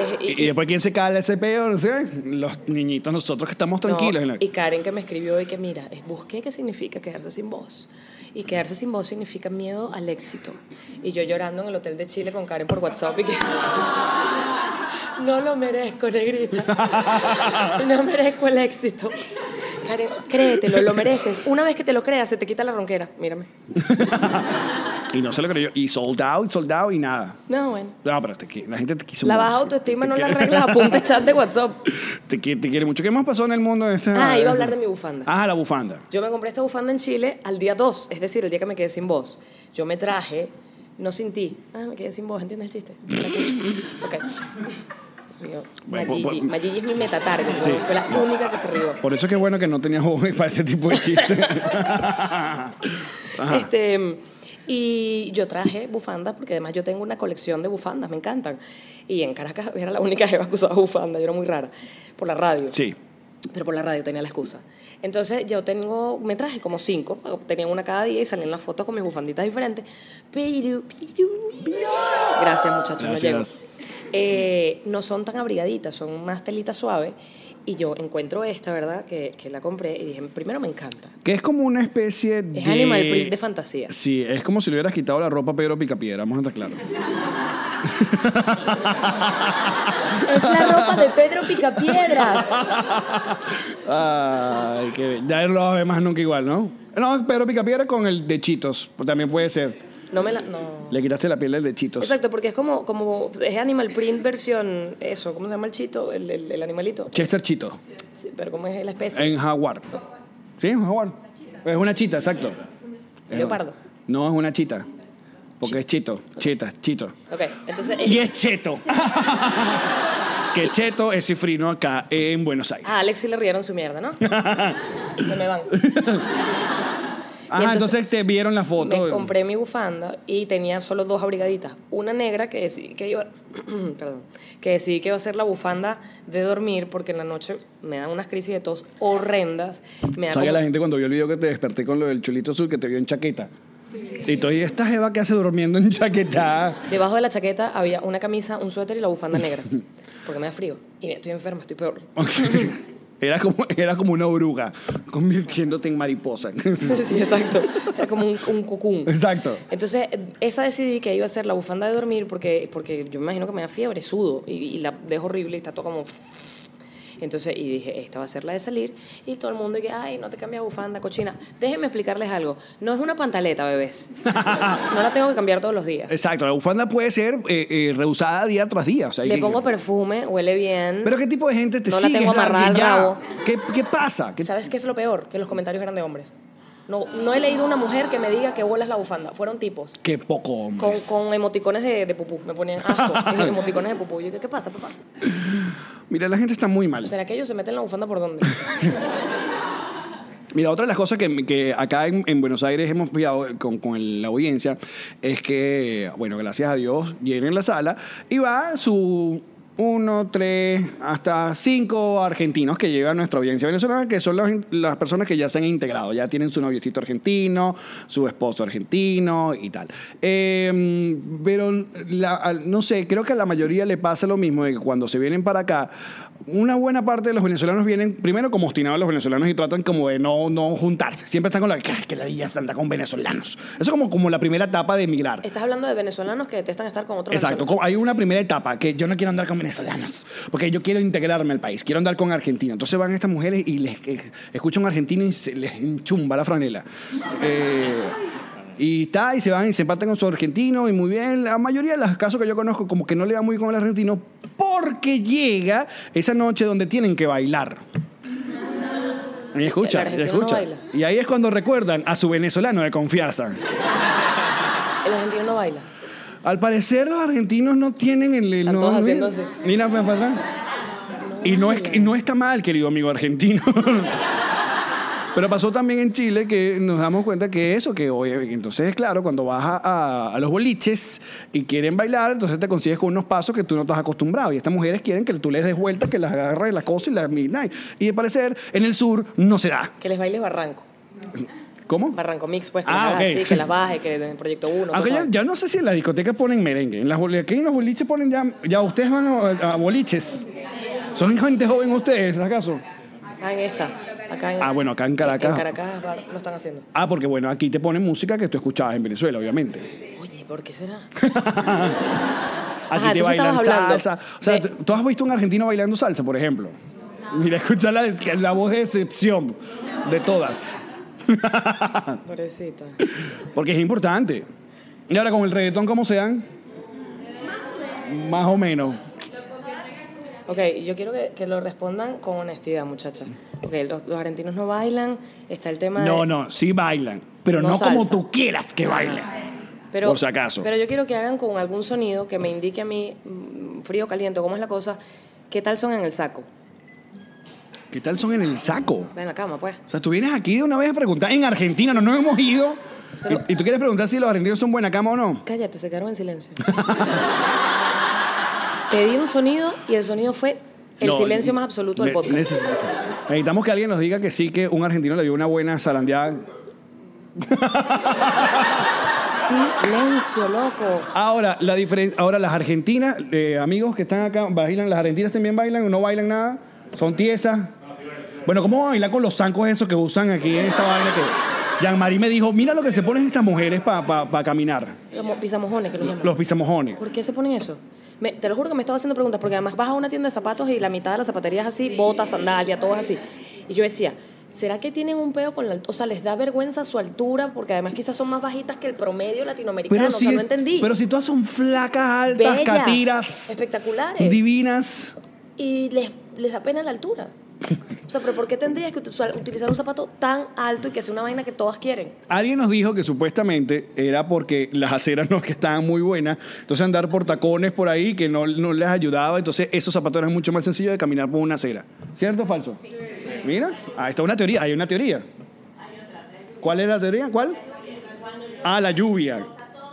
Speaker 5: Es- y-
Speaker 3: y, y después, ¿quién se cala ese peo? No sé, los niñitos, nosotros que estamos tranquilos. en
Speaker 5: no,
Speaker 3: la-
Speaker 5: Y Karen que me escribió hoy que mira, es- busqué qué significa quedarse sin voz. Y quedarse sin voz significa miedo al éxito. Y yo llorando en el hotel de Chile con Karen por WhatsApp y que no lo merezco, negrita. No merezco el éxito. Karen, créetelo, lo mereces. Una vez que te lo creas, se te quita la ronquera. Mírame.
Speaker 3: Y no se lo creyó. Y soldado, y soldado, y nada.
Speaker 5: No, bueno.
Speaker 3: No, pero te qui- la gente te quiso
Speaker 5: La
Speaker 3: mucho.
Speaker 5: baja autoestima
Speaker 3: Te
Speaker 5: no la pues,
Speaker 3: quiere-
Speaker 5: arreglas a punta de chat de WhatsApp.
Speaker 3: te, qui- te quiere mucho. ¿Qué más pasó en el mundo? de esta-
Speaker 5: Ah, iba a hablar de mi bufanda.
Speaker 3: Ah, la bufanda.
Speaker 5: Yo me compré esta bufanda en Chile al día 2, es decir, el día que me quedé sin voz. Yo me traje, no sin ti. Ah, me quedé sin voz, ¿entiendes el chiste? ok. Se rió.
Speaker 3: Bueno,
Speaker 5: Mayigi.
Speaker 3: por- por-
Speaker 5: Mayigi es mi metatarget.
Speaker 3: Sí.
Speaker 5: Fue la única que se rió.
Speaker 3: Por eso es que es bueno que no tenías voz para ese tipo de chistes. Ajá.
Speaker 5: Este, y yo traje bufandas porque además yo tengo una colección de bufandas, me encantan. Y en Caracas era la única jeva que usaba bufanda, yo era muy rara, por la radio.
Speaker 3: Sí.
Speaker 5: Pero por la radio tenía la excusa. Entonces yo tengo, me traje como cinco, tenía una cada día y salían las fotos con mis bufanditas diferentes. Pero, pero, pero- Gracias muchachos, no llego.
Speaker 3: Gracias.
Speaker 5: Eh, no son tan abrigaditas, son más telita suave. Y yo encuentro esta, ¿verdad? Que, que la compré y dije, primero me encanta.
Speaker 3: Que es como una especie de.
Speaker 5: Es animal print de fantasía.
Speaker 3: Sí, es como si le hubieras quitado la ropa a Pedro Picapiedra, vamos a estar claros.
Speaker 5: Es la ropa de Pedro Picapiedras.
Speaker 3: Ay, qué bien. Ya lo ves más nunca igual, ¿no? No, Pedro Picapiedra con el de Chitos, también puede ser.
Speaker 5: No me la... No.
Speaker 3: Le quitaste la piel del de Chitos.
Speaker 5: Exacto, porque es como, como... Es animal print versión... Eso, ¿cómo se llama el chito? El, el- el animalito.
Speaker 3: Chester Chito,
Speaker 5: Sí, pero ¿cómo es la especie?
Speaker 3: en jaguar. ¿Sí? ¿Un jaguar? Es una chita, exacto. Es-
Speaker 5: Leopardo.
Speaker 3: No, es una chita. Porque es chito, chita, chito.
Speaker 5: Ok, entonces...
Speaker 3: Y es cheto. que cheto es cifrino acá en Buenos Aires.
Speaker 5: A Alex sí Ah, le rieron su mierda, ¿no? Se me van.
Speaker 3: Ajá, entonces, te vieron la foto.
Speaker 5: Me compré mi bufanda y tenía solo dos abrigaditas. Una negra que decidí que iba, perdón, que decidí que iba a ser la bufanda de dormir porque en la noche me dan unas crisis de tos horrendas. Me da
Speaker 3: ¿Sabes que
Speaker 5: como-
Speaker 3: la gente cuando vio el video que te desperté con lo del chulito azul que te vio en chaqueta? Y tú, ¿y esta jeva que hace durmiendo en chaqueta?
Speaker 5: Debajo de la chaqueta había una camisa, un suéter y la bufanda negra porque me da frío y estoy enferma, estoy peor.
Speaker 3: Ok. Era como, era como una oruga convirtiéndote en mariposa.
Speaker 5: Sí, exacto. Era como un, un cucún.
Speaker 3: Exacto.
Speaker 5: Entonces, esa decidí que iba a ser la bufanda de dormir porque, porque yo me imagino que me da fiebre, sudo y, y la dejo horrible y está todo como... Entonces, y dije, esta va a ser la de salir. Y todo el mundo, y que, ay, no te cambias bufanda, cochina. Déjenme explicarles algo. No es una pantaleta, bebés. No la tengo que cambiar todos los días.
Speaker 3: Exacto, la bufanda puede ser eh, eh, reusada día tras día. o sea, hay
Speaker 5: Le
Speaker 3: que-
Speaker 5: pongo perfume, huele bien.
Speaker 3: Pero qué tipo de gente te
Speaker 5: No la
Speaker 3: sigue
Speaker 5: tengo
Speaker 3: Es la
Speaker 5: amarrada al
Speaker 3: que ya-
Speaker 5: rabo.
Speaker 3: ¿Qué, qué pasa? ¿Qué-
Speaker 5: ¿Sabes qué es lo peor? Que los comentarios eran de hombres. No, no he leído una mujer que me diga que bolas la bufanda. Fueron tipos.
Speaker 3: Qué poco hombre.
Speaker 5: Con, con emoticones de, de pupú. Me ponían asco. emoticones de pupú. Yo, ¿qué, ¿qué pasa, papá?
Speaker 3: Mira, la gente está muy mal.
Speaker 5: ¿Será que ellos se meten la bufanda por dónde?
Speaker 3: Mira, otra de las cosas que, que acá en, en Buenos Aires hemos pillado con, con el- la audiencia es que, bueno, gracias a Dios, llenen la sala y va su uno, tres, hasta cinco argentinos que lleva nuestra audiencia venezolana, que son las, las personas que ya se han integrado, ya tienen su noviecito argentino, su esposo argentino y tal. Eh, pero, la- al- no sé, creo que a la mayoría le pasa lo mismo, de que cuando se vienen para acá, una buena parte de los venezolanos vienen primero como obstinados los venezolanos y tratan como de no, no juntarse. Siempre están con la que, que la villa está con venezolanos. Eso como, como la primera etapa de emigrar.
Speaker 5: Estás hablando de venezolanos que detestan estar con otros
Speaker 3: Exacto,
Speaker 5: venezolanos.
Speaker 3: como- hay una primera etapa que yo no quiero andar con venezolanos, porque yo quiero integrarme al país, quiero andar con Argentina. Entonces van estas mujeres y les eh, escucha un argentino y se les enchumba la franela. Eh, y está, y se van y se empatan con su argentino, y muy bien. La mayoría de los casos que yo conozco, como que no le va muy bien con el argentino, porque llega esa noche donde tienen que bailar. Y escucha,
Speaker 5: El
Speaker 3: y
Speaker 5: argentino no
Speaker 3: escucha.
Speaker 5: baila.
Speaker 3: y ahí es cuando recuerdan a su venezolano de confianza.
Speaker 5: El argentino no baila.
Speaker 3: Al parecer los argentinos no tienen el... el
Speaker 5: Están
Speaker 3: no,
Speaker 5: todos
Speaker 3: no-
Speaker 5: haciendo así.
Speaker 3: Ni la pa- pa- pa. Y no, es,
Speaker 5: baila.
Speaker 3: y no está mal, querido amigo argentino. Pero pasó también en Chile que nos damos cuenta que eso, que oye, entonces, claro, cuando vas a, a- a los boliches y quieren bailar, entonces te consigues con unos pasos que tú no estás acostumbrado. Y estas mujeres quieren que tú les des vuelta, que las agarres las cosas y las midnight. Y al parecer, en el sur no se da.
Speaker 5: Que les bailes barranco.
Speaker 3: ¿Cómo?
Speaker 5: Barranco mix, pues, que
Speaker 3: Ah,
Speaker 5: las hagas
Speaker 3: ok.
Speaker 5: así, que las baje, que en proyecto uno.
Speaker 3: Aunque
Speaker 5: cosas-
Speaker 3: ya, ya no sé si en las discotecas ponen merengue. En las, boli- aquí en los boliches ponen ya. Ya ustedes van a, a boliches. ¿Son gente joven ustedes, acaso?
Speaker 5: Ah, en esta. Acá en,
Speaker 3: Ah, bueno, acá en Caracas.
Speaker 5: En Caracas bar- lo están haciendo.
Speaker 3: Ah, porque bueno, aquí te ponen música que tú escuchabas en Venezuela, obviamente.
Speaker 5: Oye, ¿por qué será?
Speaker 3: Así
Speaker 5: Ajá, Ah,
Speaker 3: te
Speaker 5: entonces
Speaker 3: bailan
Speaker 5: estabas hablando
Speaker 3: salsa. O sea,
Speaker 5: de-
Speaker 3: ¿tú- ¿tú has visto un argentino bailando salsa, por ejemplo? Mira, escucha la, la voz de decepción de todas.
Speaker 5: Pobrecita.
Speaker 3: Porque es importante. Y ahora con el reggaetón, ¿cómo se dan? Más o menos.
Speaker 5: Ok, yo quiero que, que lo respondan con honestidad, muchacha. Ok, los, los argentinos no bailan, está el tema de...
Speaker 3: No, no, sí bailan, pero no,
Speaker 5: No
Speaker 3: como
Speaker 5: salsa.
Speaker 3: tú quieras que bailen.
Speaker 5: Pero,
Speaker 3: por si acaso.
Speaker 5: Pero yo quiero que hagan con algún sonido que me indique a mí, mm, frío, caliente, cómo es la cosa, qué tal son en el saco.
Speaker 3: ¿Qué tal son en el saco?
Speaker 5: Ven en la cama, pues.
Speaker 3: O sea, tú vienes aquí de una vez a preguntar en Argentina, no nos hemos ido.
Speaker 5: Pero-
Speaker 3: y, y tú quieres preguntar si los argentinos son buena cama o no.
Speaker 5: Cállate, se quedaron en silencio. Pedí un sonido y el sonido fue el
Speaker 3: No,
Speaker 5: silencio más absoluto del
Speaker 3: ne-
Speaker 5: podcast.
Speaker 3: neces- necesitamos que alguien nos diga que sí, que un argentino le dio una buena zarandeada.
Speaker 5: Silencio, loco.
Speaker 3: Ahora, la diferen- ahora las argentinas, eh, amigos que están acá, bailan, las argentinas también bailan o no bailan nada, son tiesas. Bueno, ¿cómo van a bailar con los zancos esos que usan aquí en esta vaina que... Jean-Marie me dijo, mira lo que se ponen estas mujeres para caminar,
Speaker 5: Los mo- pisamojones que los llaman.
Speaker 3: los pisamojones.
Speaker 5: ¿Por qué se ponen eso? Me- te lo juro que me estaba haciendo preguntas, porque además vas a una tienda de zapatos y la mitad de las zapaterías así, botas, sandalias, todo es así. Y yo decía, ¿será que tienen un peo con la altura? O sea, les da vergüenza su altura, porque además quizás son más bajitas que el promedio latinoamericano. o sea, no entendí.
Speaker 3: pero si todas son flacas, altas,
Speaker 5: Bellas,
Speaker 3: catiras,
Speaker 5: espectaculares.
Speaker 3: divinas.
Speaker 5: Y les, les da pena la altura. O sea, pero ¿por qué tendrías que ut- utilizar un zapato tan alto y que sea una vaina que todas quieren?
Speaker 3: Alguien nos dijo que supuestamente era porque las aceras no es que estaban muy buenas, entonces andar por tacones por ahí que no, no les ayudaba, entonces esos zapatos eran mucho más sencillos de caminar por una acera. ¿Cierto o falso? Mira, ahí está una teoría, hay una teoría. ¿Cuál es la teoría? ¿Cuál? Ah, la lluvia.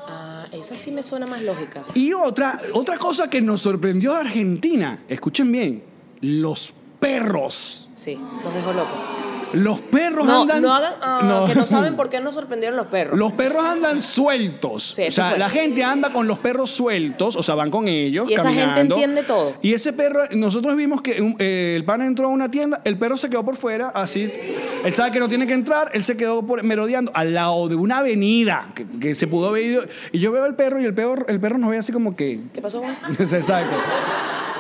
Speaker 5: Ah, esa sí me suena más lógica.
Speaker 3: Y otra, otra cosa que nos sorprendió de Argentina, escuchen bien, los perros.
Speaker 5: Sí, nos dejó locos.
Speaker 3: Los perros
Speaker 5: No,
Speaker 3: andan.
Speaker 5: no hagan, ah,
Speaker 3: No.
Speaker 5: que no saben por qué nos sorprendieron los perros.
Speaker 3: Los perros andan sueltos.
Speaker 5: Sí,
Speaker 3: o
Speaker 5: eso
Speaker 3: sea,
Speaker 5: fue.
Speaker 3: la gente anda con los perros sueltos, o sea, van con ellos.
Speaker 5: Y esa gente
Speaker 3: caminando.
Speaker 5: entiende todo.
Speaker 3: Y ese perro, nosotros vimos que un- eh, el pan entró a una tienda, el perro se quedó por fuera, así. Él sabe que no tiene que entrar, él se quedó por- merodeando al lado de una avenida que, que se pudo ver. Y yo veo al perro y el perro, el perro nos ve así como que.
Speaker 5: ¿Qué pasó, Juan?
Speaker 3: Exacto.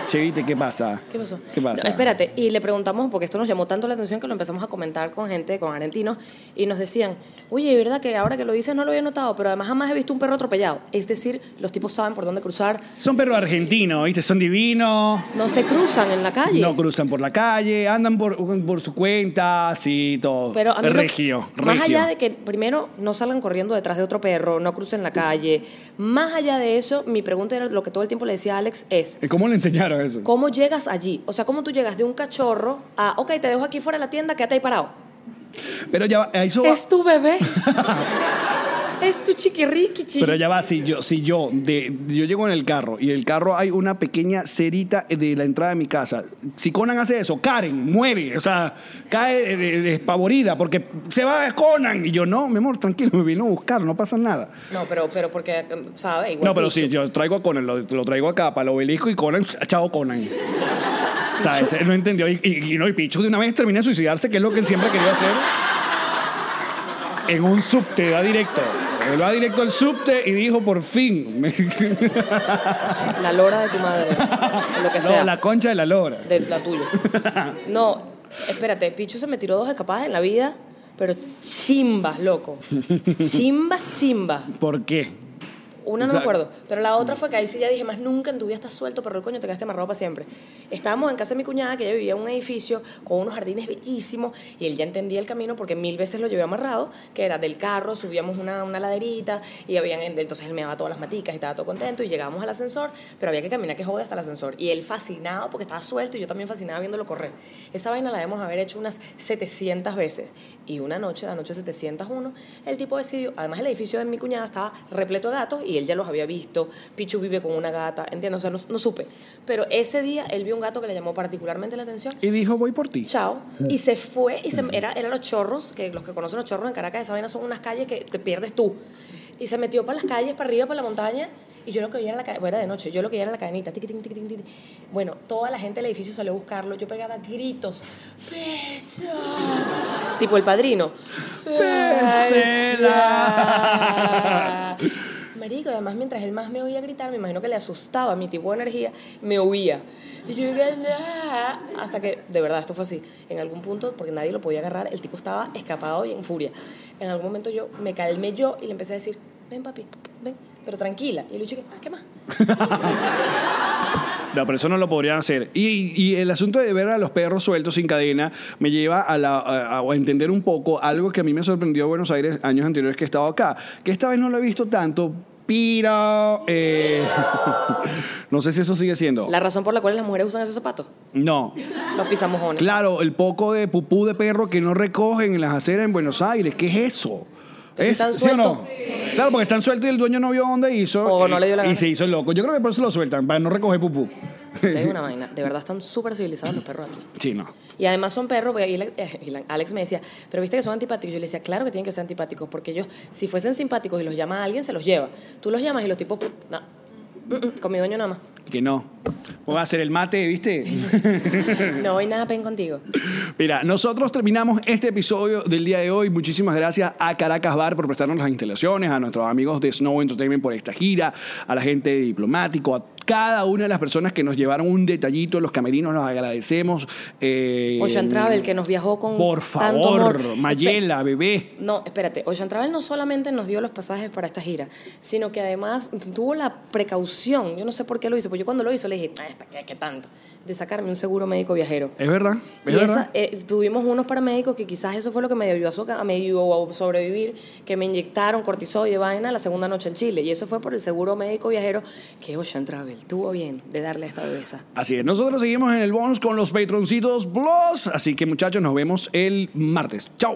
Speaker 3: Chevite, ¿qué pasa?
Speaker 5: ¿Qué pasó?
Speaker 3: ¿Qué pasa?
Speaker 5: No, espérate, y le preguntamos, porque esto nos llamó tanto la atención que lo empezamos a comentar con gente, con argentinos, y nos decían, oye, ¿verdad que ahora que lo dices no lo había notado, pero además jamás he visto un perro atropellado? Es decir, los tipos saben por dónde cruzar,
Speaker 3: Son perros argentinos, ¿viste? Son divinos.
Speaker 5: no se cruzan en la calle.
Speaker 3: No cruzan por la calle, andan por, por su cuenta, así todo.
Speaker 5: Pero a mí lo-
Speaker 3: regio,
Speaker 5: Más
Speaker 3: regio.
Speaker 5: allá de que primero no salgan corriendo detrás de otro perro, no crucen la calle, más allá de eso, mi pregunta era lo que todo el tiempo le decía a Alex es,
Speaker 3: Eh, ¿Cómo le enseñaron eso?
Speaker 5: ¿cómo llegas allí? O sea, ¿cómo tú llegas de un cachorro a, ok, te dejo aquí fuera de la tienda, quédate ahí parado?
Speaker 3: Pero ya va, a eso va-
Speaker 5: Es tu bebé. es tu chiquirriquichi.
Speaker 3: Pero ya va, si yo, si yo, de, yo llego en el carro y el carro hay una pequeña cerita de la entrada de mi casa. Si Conan hace eso, Karen muere, o sea, cae de- de- despavorida porque se va Conan. Y yo, no, mi amor, tranquilo, me vino a buscar, no pasa nada.
Speaker 5: No, pero, pero porque, ¿sabes? Igual
Speaker 3: No, pero
Speaker 5: bicho.
Speaker 3: sí, yo traigo a Conan, lo, lo traigo acá para el obelisco y Conan, chao Conan. ¿Sabes? Él no entendió. Y, y- y no, y Pichu de una vez termina de suicidarse, que es lo que él siempre quería hacer. En un subte, va directo. Él va directo al subte y dijo, por fin. Me-
Speaker 5: La lora de tu madre. lo que
Speaker 3: no,
Speaker 5: sea.
Speaker 3: la concha de la lora.
Speaker 5: De la tuya. No, espérate, Pichu se me tiró dos escapadas en la vida, pero chimbas, loco. Chimbas, chimbas.
Speaker 3: ¿Por qué?
Speaker 5: Una no
Speaker 3: O sea-
Speaker 5: me acuerdo, pero la otra fue que ahí sí ya dije, más nunca en tu vida estás suelto, pero el coño te quedaste amarrado para siempre. Estábamos en casa de mi cuñada, que ella vivía en un edificio con unos jardines bellísimos, y él ya entendía el camino porque mil veces lo llevé amarrado, que era del carro, subíamos una, una laderita, y habían, entonces él me daba todas las maticas y estaba todo contento, y llegábamos al ascensor, pero había que caminar que jode hasta el ascensor. Y él fascinado porque estaba suelto, y yo también fascinada viéndolo correr. Esa vaina la debemos haber hecho unas 700 veces. Y una noche, la noche 701, el tipo decidió, además el edificio de mi cuñada estaba repleto de gatos y él ya los había visto, Pichu vive con una gata, ¿entiendes? O sea, no, no supe. Pero ese día él vio un gato que le llamó particularmente la atención.
Speaker 3: Y dijo, voy por ti.
Speaker 5: Chao. Y se fue y se, era, era los chorros, que los que conocen los chorros en Caracas, esa vaina son unas calles que te pierdes tú. Y se metió para las calles, para arriba, para la montaña. Y yo lo que veía en la cadenita, era de noche, yo lo que veía en la cadenita, tiqui, tiqui, tiqui, tiqui, tiqui. Bueno, toda la gente del edificio salió a buscarlo. Yo pegaba gritos. ¡Pecho! Tipo el padrino.
Speaker 3: Pechela.
Speaker 5: ¡Pecho! Marico, y además mientras él más me oía gritar, me imagino que le asustaba mi tipo de energía, me oía. Y yo ganaba. Hasta que, de verdad, esto fue así. En algún punto, porque nadie lo podía agarrar, el tipo estaba escapado y en furia. En algún momento yo me calmé yo y le empecé a decir, ven papi, ven, pero tranquila. Y el dije, ah, ¿qué más?
Speaker 3: No, pero eso no lo podrían hacer. Y, y el asunto de ver a los perros sueltos sin cadena me lleva a, la- a- a entender un poco algo que a mí me sorprendió en Buenos Aires años anteriores que he estado acá, que esta vez no lo he visto tanto, pero... eh, no sé si eso sigue siendo.
Speaker 5: La razón por la cual las mujeres usan esos zapatos,
Speaker 3: No.
Speaker 5: los pisamojones.
Speaker 3: Claro, el poco de pupú de perro que no recogen en las aceras en Buenos Aires, ¿qué es eso?
Speaker 5: Entonces, ¿están
Speaker 3: ¿sí o no?
Speaker 5: sueltos?
Speaker 3: Claro, porque están sueltos y el dueño no vio dónde hizo.
Speaker 5: O
Speaker 3: y,
Speaker 5: no le dio la
Speaker 3: Y
Speaker 5: gana.
Speaker 3: se hizo el loco. Yo creo que por eso lo sueltan, para no recoger pupú.
Speaker 5: Te digo una vaina, de verdad están súper civilizados los perros aquí.
Speaker 3: Sí, no.
Speaker 5: Y además son perros, porque ahí la- y la- Alex me decía, pero viste que son antipáticos. Yo le decía, claro que tienen que ser antipáticos, porque ellos, si fuesen simpáticos y los llama a alguien, se los lleva. Tú los llamas y los tipos, no, Mm, mm, con mi dueño nada más.
Speaker 3: Que no. Voy a hacer el mate, ¿viste?
Speaker 5: No voy nada pen contigo.
Speaker 3: Mira, nosotros terminamos este episodio del día de hoy. Muchísimas gracias a Caracas Bar por prestarnos las instalaciones, a nuestros amigos de Snow Entertainment por esta gira, a la gente de Diplomático, a cada una de las personas que nos llevaron un detallito, los camerinos, los agradecemos. Eh,
Speaker 5: Ocean Travel, que nos viajó con
Speaker 3: Por
Speaker 5: tanto
Speaker 3: favor,
Speaker 5: amor.
Speaker 3: Mayela, bebé.
Speaker 5: No, espérate, Ocean Travel no solamente nos dio los pasajes para esta gira, sino que además tuvo la precaución, yo no sé por qué lo hizo, porque yo cuando lo hizo le dije, "Ay, ¿para ¿qué, qué tanto? De sacarme un seguro médico viajero.
Speaker 3: ¿Es verdad? ¿Es
Speaker 5: Y
Speaker 3: verdad?
Speaker 5: esa- eh, tuvimos unos paramédicos que quizás eso fue lo que me ayudó a, soca- me ayudó a sobrevivir, que me inyectaron cortisol y de vaina la segunda noche en Chile. Y eso fue por el seguro médico viajero que Ocean Travel tuvo bien de darle a esta bebesa.
Speaker 3: Así es, nosotros seguimos en el bonus con los patroncitos Blues. Así que muchachos, nos vemos el martes. Chao.